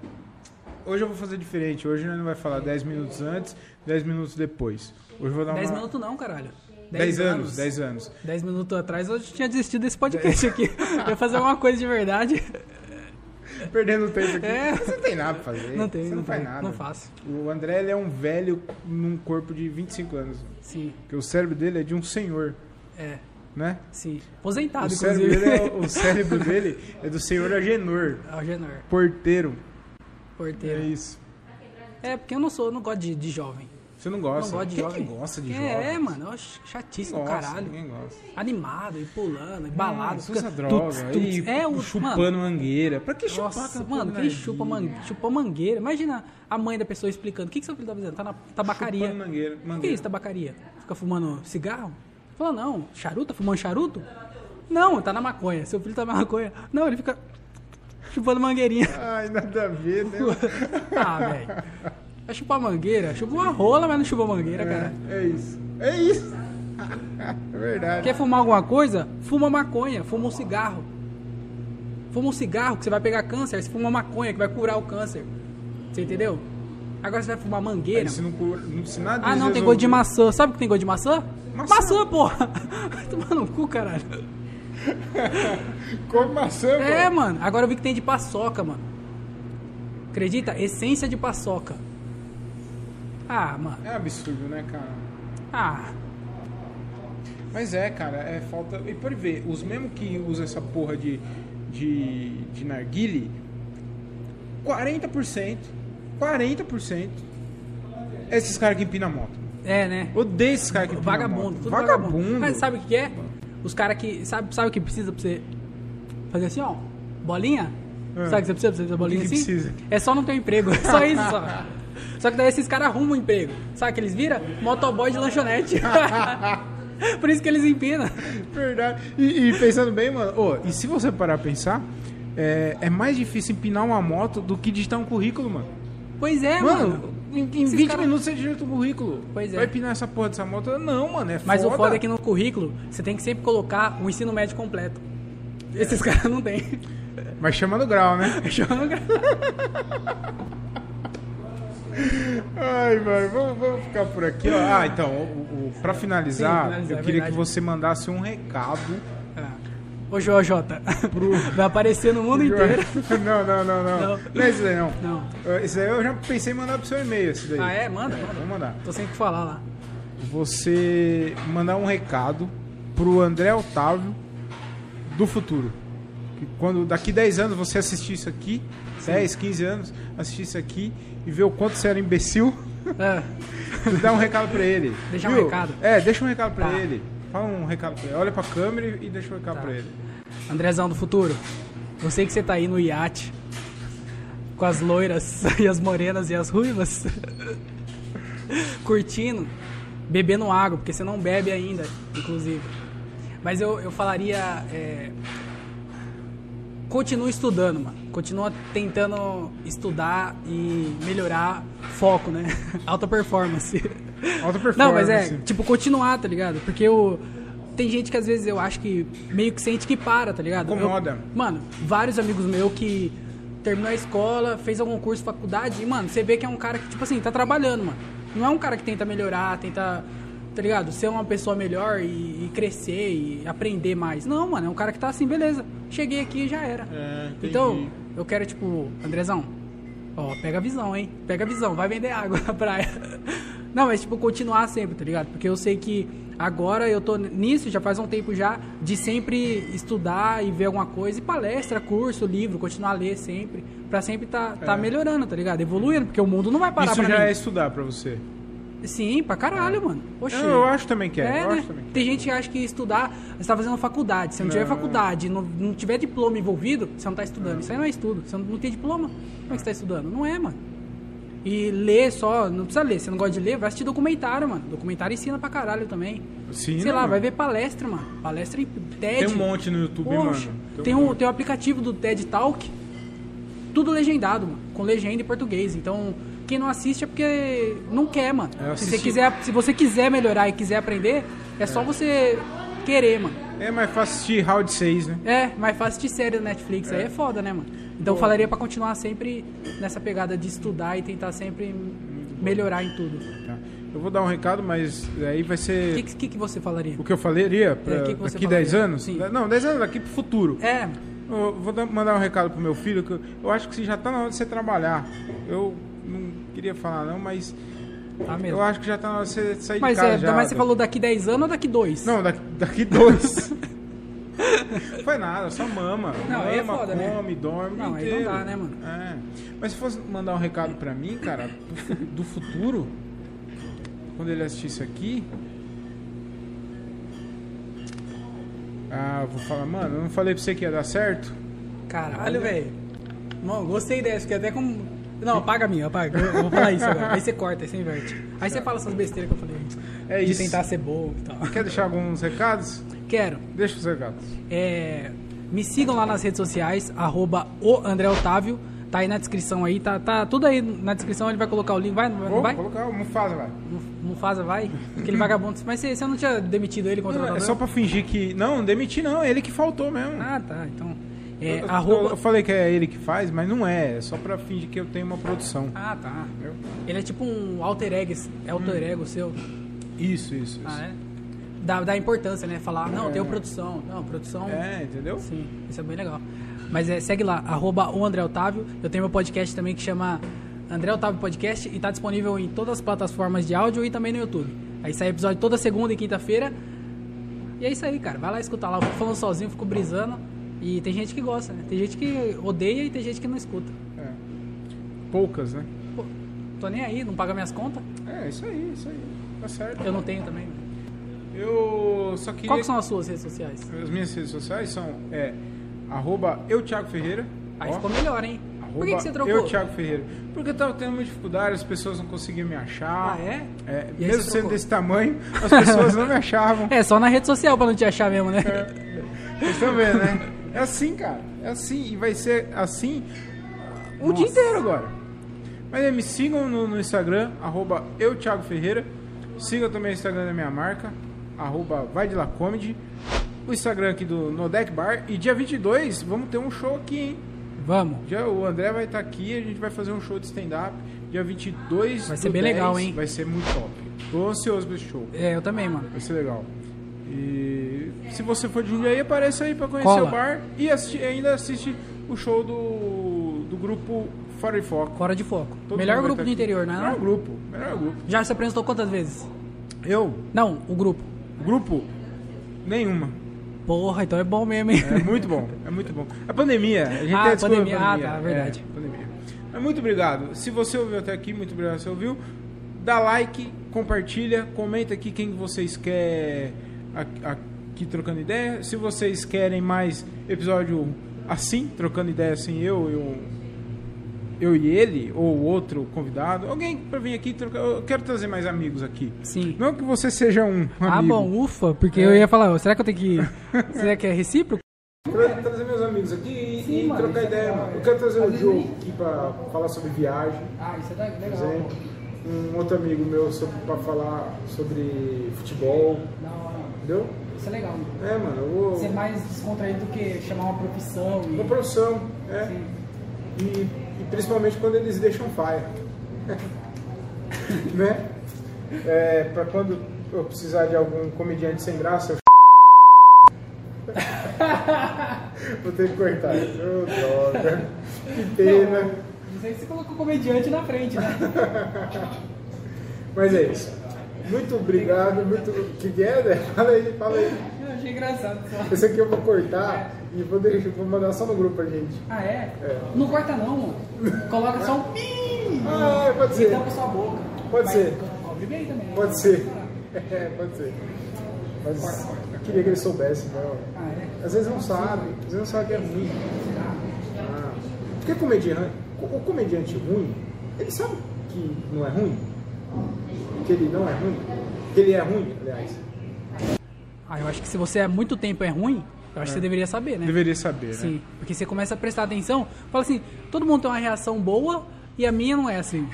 Speaker 2: hoje eu vou fazer diferente. Hoje nós não vai falar 10 minutos antes, 10 minutos depois. Hoje eu vou dar
Speaker 1: 10
Speaker 2: uma...
Speaker 1: minutos não, caralho.
Speaker 2: 10 anos, 10 anos.
Speaker 1: 10 minutos atrás eu tinha desistido desse podcast aqui. Eu ia fazer alguma coisa de verdade.
Speaker 2: Perdendo tempo aqui.
Speaker 1: É.
Speaker 2: Você não tem nada pra fazer.
Speaker 1: Não tem,
Speaker 2: Você
Speaker 1: não,
Speaker 2: não,
Speaker 1: tem,
Speaker 2: faz nada.
Speaker 1: Não faço.
Speaker 2: O André, ele é um velho num corpo de 25 anos.
Speaker 1: Sim,
Speaker 2: Porque o cérebro dele é de um senhor,
Speaker 1: é.
Speaker 2: né?
Speaker 1: Sim.
Speaker 2: O
Speaker 1: Aposentado,
Speaker 2: cérebro,
Speaker 1: inclusive.
Speaker 2: dele é, o cérebro dele é do senhor Agenor,
Speaker 1: Algenor,
Speaker 2: porteiro. É
Speaker 1: porteiro.
Speaker 2: isso.
Speaker 1: É, porque eu não sou, eu não gosto de, de jovem.
Speaker 2: Você não gosta?
Speaker 1: Não gosto de
Speaker 2: Quem
Speaker 1: jovem.
Speaker 2: que gosta de
Speaker 1: é,
Speaker 2: jovem?
Speaker 1: É, mano, eu acho chatíssimo,
Speaker 2: Gosta,
Speaker 1: caralho. É,
Speaker 2: Ninguém gosta.
Speaker 1: Animado, e pulando, e balado.
Speaker 2: Nossa,
Speaker 1: fica
Speaker 2: usa droga.
Speaker 1: tuts,
Speaker 2: e
Speaker 1: tuts. É o
Speaker 2: chupando
Speaker 1: mano,
Speaker 2: mangueira. Pra né? que chupar
Speaker 1: Nossa,
Speaker 2: aquela
Speaker 1: mano,
Speaker 2: porra
Speaker 1: quem
Speaker 2: na
Speaker 1: chupa
Speaker 2: vida?
Speaker 1: man, chupou mangueira? Imagina a mãe da pessoa explicando. O que, que seu filho tá fazendo? Tá na tabacaria.
Speaker 2: Chupando mangueira.
Speaker 1: O que é
Speaker 2: mangueira.
Speaker 1: isso, tabacaria? Fica fumando cigarro? Fala, não, charuto? Tá fumando charuto? Não, tá na maconha. Seu filho tá na maconha. Não, ele fica chupando mangueirinha.
Speaker 2: Ai, nada a ver, né?
Speaker 1: ah, velho. Vai chupar mangueira? Chupou uma rola, mas não chupou mangueira, cara.
Speaker 2: É, é isso. É isso. É verdade.
Speaker 1: Quer fumar alguma coisa? Fuma maconha, fuma um cigarro. Fuma um cigarro que você vai pegar câncer, aí você fuma maconha que vai curar o câncer. Você entendeu? Agora você vai fumar mangueira.
Speaker 2: Aí, se, não, cura- não- se nada
Speaker 1: Ah, não, tem gosto de maçã. Sabe o que tem gosto de maçã?
Speaker 2: Maçã.
Speaker 1: Maçã, porra! Vai tomar no cu, caralho.
Speaker 2: Come maçã,
Speaker 1: É,
Speaker 2: pô.
Speaker 1: mano. Agora eu vi que tem de paçoca, mano. Acredita? Essência de paçoca. Ah, mano.
Speaker 2: É absurdo, né, cara?
Speaker 1: Ah,
Speaker 2: Mas é, cara, é falta. E pode ver, os mesmos que usam essa porra de, de, de narguile, 40%, 40% é esses caras que empinam a moto.
Speaker 1: é, né?
Speaker 2: Odeio esses caras que empinam a
Speaker 1: Vagabundo,
Speaker 2: moto.
Speaker 1: tudo
Speaker 2: Vagabundo.
Speaker 1: vagabundo. Mas sabe o que que é? Os caras que. Sabe, sabe o que precisa pra você fazer assim, ó? Bolinha?
Speaker 2: Ah.
Speaker 1: Sabe o que você precisa? Você precisa de bolinha
Speaker 2: que
Speaker 1: assim?
Speaker 2: precisa?
Speaker 1: É só não ter um emprego. É só isso, só. Só que daí esses caras arrumam um emprego. Sabe o que eles viram? Motoboy de lanchonete. Por isso que eles empinam.
Speaker 2: Verdade. E, e pensando bem, mano, ô, e se você parar pra pensar, é, é mais difícil empinar uma moto do que digitar um currículo, mano.
Speaker 1: Pois é, mano.
Speaker 2: Mano, em, em
Speaker 1: esses
Speaker 2: 20
Speaker 1: cara-
Speaker 2: minutos você digita um currículo.
Speaker 1: Pois é.
Speaker 2: Vai empinar essa porra dessa moto? Não, mano, é foda.
Speaker 1: Mas o foda é que no currículo você tem que sempre colocar o ensino médio completo. Esses caras não têm.
Speaker 2: Mas chama no grau, né? Ai, mano, vamos, vamos ficar por aqui. ó. Ah, então, o, o- pra finalizar,
Speaker 1: Sim, finalizar,
Speaker 2: eu
Speaker 1: é
Speaker 2: queria
Speaker 1: verdade.
Speaker 2: que você mandasse um recado
Speaker 1: Ah. Ô, Jota, vai aparecer no mundo inteiro.
Speaker 2: Não, não, não, não. Não,
Speaker 1: Não.
Speaker 2: é isso daí, não.
Speaker 1: Não.
Speaker 2: Eh, Isso daí eu já pensei em mandar pro seu e-mail, isso daí.
Speaker 1: Ah, é? Manda,
Speaker 2: Vou
Speaker 1: manda.
Speaker 2: mandar.
Speaker 1: Tô sem o que falar lá.
Speaker 2: Você mandar um recado pro André Otávio do futuro. Que Quando daqui 10 anos você assistir isso aqui, 10, 15 anos, assistir isso aqui e ver o quanto você era imbecil.
Speaker 1: É,
Speaker 2: Tu dá um recado pra ele.
Speaker 1: Deixar um recado.
Speaker 2: É, deixa um recado pra
Speaker 1: Tá.
Speaker 2: ele. Fala um recado pra ele. Olha pra câmera e deixa um recado
Speaker 1: Tá.
Speaker 2: pra ele.
Speaker 1: Andrezão do futuro, eu sei que você tá aí no iate com as loiras e as morenas e as ruivas, curtindo, bebendo água, porque você não bebe ainda, inclusive. Mas eu, eu falaria. é, continua estudando, mano. Continua tentando estudar e melhorar foco, né? Alta performance.
Speaker 2: Alta performance.
Speaker 1: Não, mas é, tipo, continuar, tá ligado? Porque eu. Tem gente que às vezes eu acho que meio que sente que para, tá ligado? Eu-
Speaker 2: Incomoda.
Speaker 1: mano, vários amigos meus que terminou a escola, fez algum curso, faculdade, e, mano, você vê que é um cara que, tipo assim, tá trabalhando, mano. Não é um cara que tenta melhorar, tenta, tá ligado? Ser uma pessoa melhor e, e crescer e aprender mais. Não, mano, é um cara que tá assim, beleza. Cheguei aqui e já era.
Speaker 2: É, entendi.
Speaker 1: então, eu quero, tipo, Andrezão, ó, pega a visão, hein? Pega a visão, vai vender água na praia. Não, mas, tipo, continuar sempre, tá ligado? Porque eu sei que agora eu tô nisso, já faz um tempo já, de sempre estudar e ver alguma coisa, e palestra, curso, livro, continuar a ler sempre, pra sempre tá, tá
Speaker 2: É.
Speaker 1: melhorando, tá ligado? Evoluindo, porque o mundo não vai parar
Speaker 2: Isso
Speaker 1: pra
Speaker 2: já
Speaker 1: mim.
Speaker 2: é estudar pra você.
Speaker 1: Sim, pra caralho, mano. Oxi.
Speaker 2: É. Eu, eu acho também que é.
Speaker 1: É,
Speaker 2: eu
Speaker 1: né?
Speaker 2: acho também que
Speaker 1: Tem gente que acha que estudar, você tá fazendo faculdade. Se não, tiver
Speaker 2: Não.
Speaker 1: faculdade, não, não tiver diploma envolvido, você não tá estudando. Isso aí não é estudo. Você não, não tem diploma. Como é que você tá estudando? Não é, mano. E ler só, não precisa ler. Você não gosta de ler, vai assistir documentário, mano. Documentário ensina pra caralho também.
Speaker 2: Ensina,
Speaker 1: Sei lá,
Speaker 2: mano.
Speaker 1: vai ver palestra, mano. Palestra em TED.
Speaker 2: Tem um monte no YouTube,
Speaker 1: Poxa,
Speaker 2: mano.
Speaker 1: tem, um, tem um aplicativo do TED Talk, tudo legendado, mano, com legenda em português. Então, quem não assiste é porque não quer, mano.
Speaker 2: É, Eu
Speaker 1: se,
Speaker 2: assisti.
Speaker 1: você quiser, se você quiser melhorar e quiser aprender, é só você querer, mano.
Speaker 2: É mais fácil assistir Round 6, né?
Speaker 1: É, mais fácil de série do Netflix, aí é foda, né, mano? Então, eu falaria pra continuar sempre nessa pegada de estudar e tentar sempre melhorar em tudo. O
Speaker 2: Tá. Eu vou dar um recado, mas aí vai ser...
Speaker 1: É. que, que, que você falaria?
Speaker 2: O que eu falaria pra,
Speaker 1: É, o que que você
Speaker 2: daqui 10
Speaker 1: falaria?
Speaker 2: anos?
Speaker 1: Sim.
Speaker 2: Não, 10 anos daqui pro futuro.
Speaker 1: É,
Speaker 2: Eu vou dar- mandar um recado pro meu filho, que eu, eu acho que já tá na hora de você trabalhar. Eu não queria falar não, mas
Speaker 1: tá
Speaker 2: eu
Speaker 1: mesmo.
Speaker 2: acho que já tá na hora de você sair
Speaker 1: Mas,
Speaker 2: de casa
Speaker 1: é,
Speaker 2: já. tá
Speaker 1: mas você
Speaker 2: da-
Speaker 1: falou daqui 10 anos ou daqui 2?
Speaker 2: Não, daqui, daqui dois. Faz nada, só mama.
Speaker 1: Não,
Speaker 2: mama,
Speaker 1: aí é foda, né?
Speaker 2: come, dorme.
Speaker 1: Não, aí não
Speaker 2: inteiro.
Speaker 1: dá, né, mano?
Speaker 2: É. Mas se fosse mandar um recado pra mim, cara, do fu- do futuro, quando ele assistir isso aqui. Ah, eu vou falar, mano, eu não falei pra você que ia dar certo?
Speaker 1: Caralho, velho. Mano, gostei dessa, fiquei até com. Não, apaga a minha, apaga. Eu, eu vou falar isso agora. Aí você corta, aí você inverte. Aí você fala essas besteiras que eu falei.
Speaker 2: É
Speaker 1: de
Speaker 2: isso.
Speaker 1: tentar ser bom e tal.
Speaker 2: Quer deixar alguns recados?
Speaker 1: Quero.
Speaker 2: Deixa os recados.
Speaker 1: É, me sigam lá nas redes sociais, arroba o André Otávio. Tá aí na descrição aí, tá, tá tudo aí na descrição, ele vai colocar o link. Vai, não vai?
Speaker 2: Vou
Speaker 1: Não vai?
Speaker 2: colocar o Mufasa, vai.
Speaker 1: Mu- Mufasa vai? Aquele vagabundo. Mas você, você não tinha demitido ele contra
Speaker 2: É só pra fingir que. Não, demiti não, é ele que faltou mesmo.
Speaker 1: né? Ah, tá. Então. É,
Speaker 2: eu, eu- eu
Speaker 1: arroba.
Speaker 2: falei que é ele que faz, mas não é. É só pra fingir que eu tenho uma produção.
Speaker 1: Ah, tá.
Speaker 2: entendeu?
Speaker 1: Ele é tipo um alter ego, é
Speaker 2: Hum.
Speaker 1: alter ego seu.
Speaker 2: Isso, isso, isso.
Speaker 1: Ah, é? Dá, dá importância, né? Falar, não,
Speaker 2: É.
Speaker 1: tem produção. Não, produção.
Speaker 2: É, entendeu?
Speaker 1: Sim, isso é bem legal. Mas é, segue lá, arroba o André Otávio. Eu tenho meu podcast também que chama André Otávio Podcast e tá disponível em todas as plataformas de áudio e também no YouTube. Aí sai episódio toda segunda e quinta-feira. E é isso aí, cara. Vai lá escutar lá. Eu fico falando sozinho, fico brisando. E tem gente que gosta, né? Tem gente que odeia e tem gente que não escuta.
Speaker 2: É. Poucas, né?
Speaker 1: Pô, tô nem aí, não paga minhas contas.
Speaker 2: É, isso aí, isso aí. Tá certo.
Speaker 1: Eu não tenho também.
Speaker 2: Eu só queria.
Speaker 1: Qual que são as suas redes sociais?
Speaker 2: As minhas redes sociais são é, arroba eu Thiago Ferreira.
Speaker 1: Aí
Speaker 2: ó,
Speaker 1: ficou melhor, hein? Por que,
Speaker 2: arroba
Speaker 1: que você trocou?
Speaker 2: Eu Thiago Ferreira. Porque eu tava tendo muita dificuldade, as pessoas não conseguiam me
Speaker 1: Ah,
Speaker 2: achar.
Speaker 1: é?
Speaker 2: É,
Speaker 1: E aí você
Speaker 2: mesmo sendo
Speaker 1: trocou?
Speaker 2: desse tamanho, as pessoas não me achavam.
Speaker 1: É, só na rede social pra não te achar mesmo, né?
Speaker 2: Vocês estão vendo, né? É assim, cara. É assim. E vai ser assim o dia inteiro agora. Mas é, me sigam no, no Instagram, arroba eu, Thiago Ferreira. Sigam também o Instagram da minha marca, arroba vai de lá comedy. O Instagram aqui do Nodec Bar. E dia 22, vamos ter um show aqui, hein?
Speaker 1: Vamos.
Speaker 2: Já, o André vai estar aqui, a gente vai fazer um show de stand-up. Dia 22
Speaker 1: Vai ser
Speaker 2: do
Speaker 1: bem
Speaker 2: 10,
Speaker 1: legal, hein?
Speaker 2: Vai ser muito top. Tô ansioso pra esse show.
Speaker 1: É, eu também, mano.
Speaker 2: Vai ser legal. E se você for de Jundiaí, apareça aí pra conhecer
Speaker 1: Cola.
Speaker 2: o bar e assisti- ainda assiste o show do, do grupo Fora e Foco.
Speaker 1: Fora de foco.
Speaker 2: Todo
Speaker 1: melhor
Speaker 2: mundo vai
Speaker 1: grupo
Speaker 2: tá
Speaker 1: do
Speaker 2: aqui.
Speaker 1: interior, né?
Speaker 2: Melhor grupo, melhor grupo.
Speaker 1: Já se apresentou quantas vezes?
Speaker 2: Eu,
Speaker 1: Não, o grupo.
Speaker 2: grupo, nenhuma.
Speaker 1: Porra, então é bom mesmo, hein?
Speaker 2: É muito bom, é muito bom. A pandemia, a gente
Speaker 1: Ah,
Speaker 2: tem
Speaker 1: a
Speaker 2: a desculpa da
Speaker 1: pandemia, ah, tá, verdade.
Speaker 2: É, pandemia. Mas muito obrigado. Se você ouviu até aqui, muito obrigado se você ouviu. Dá like, compartilha, comenta aqui quem vocês querem a- aqui trocando ideia. Se vocês querem mais episódio assim, trocando ideia assim, eu e o- eu e ele, ou outro convidado, alguém pra vir aqui trocar. Eu quero trazer mais amigos aqui.
Speaker 1: Sim.
Speaker 2: Não que você seja um amigo.
Speaker 1: Ah, bom, ufa, porque eu ia falar, ó, será que eu tenho que. será que é recíproco?
Speaker 2: Pra trazer meus amigos aqui e, e trocar ideia, mano. Eu quero trazer o Diogo aqui pra falar sobre viagem,
Speaker 1: Ah, isso tá
Speaker 2: por exemplo. Um outro amigo meu sobre, pra falar sobre futebol, entendeu?
Speaker 1: Isso é legal.
Speaker 2: É, mano, eu vou...
Speaker 1: mais descontraído do que chamar uma profissão
Speaker 2: Uma profissão, é. E, e principalmente quando eles deixam faia. né? É, pra quando eu precisar de algum comediante sem graça, eu... Vou ter que cortar. Ô, droga. Que pena.
Speaker 1: Não sei se você colocou comediante na frente, né?
Speaker 2: Mas é isso. Muito obrigado, muito. O que que é, né? Fala aí, fala aí.
Speaker 1: Eu achei engraçado só.
Speaker 2: Esse aqui eu vou cortar e vou, deixar, vou mandar só no grupo pra gente.
Speaker 1: Ah, é?
Speaker 2: É.
Speaker 1: Não corta não, Coloca só um pi
Speaker 2: Ah, é, pode ser.
Speaker 1: sua boca.
Speaker 2: Pode Mas ser.
Speaker 1: Cobre bem também.
Speaker 2: Pode ser. É, pode ser. Mas eu queria que ele soubesse, não.
Speaker 1: Ah, é?
Speaker 2: Às vezes não sabe, às vezes não sabe que é ruim. Ah, porque comediante, o comediante ruim, ele sabe que não é ruim. Que ele não é ruim. Que ele é ruim, aliás.
Speaker 1: Ah, eu acho que se você há muito tempo é ruim, eu acho que você deveria saber, né?
Speaker 2: Deveria saber,
Speaker 1: Sim, porque você começa a prestar atenção, fala assim, todo mundo tem uma reação boa e a minha não é assim.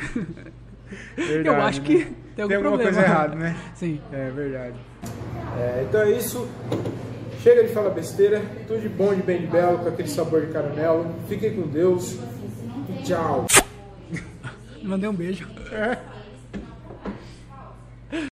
Speaker 1: eu acho que tem algum
Speaker 2: né? alguma
Speaker 1: problema.
Speaker 2: coisa errada, né?
Speaker 1: Sim.
Speaker 2: É verdade. então é isso. Chega de falar besteira. Tudo de bom, de bem, de belo, com aquele sabor de caramelo. Fiquem com Deus. e Tchau.
Speaker 1: Mandei um beijo.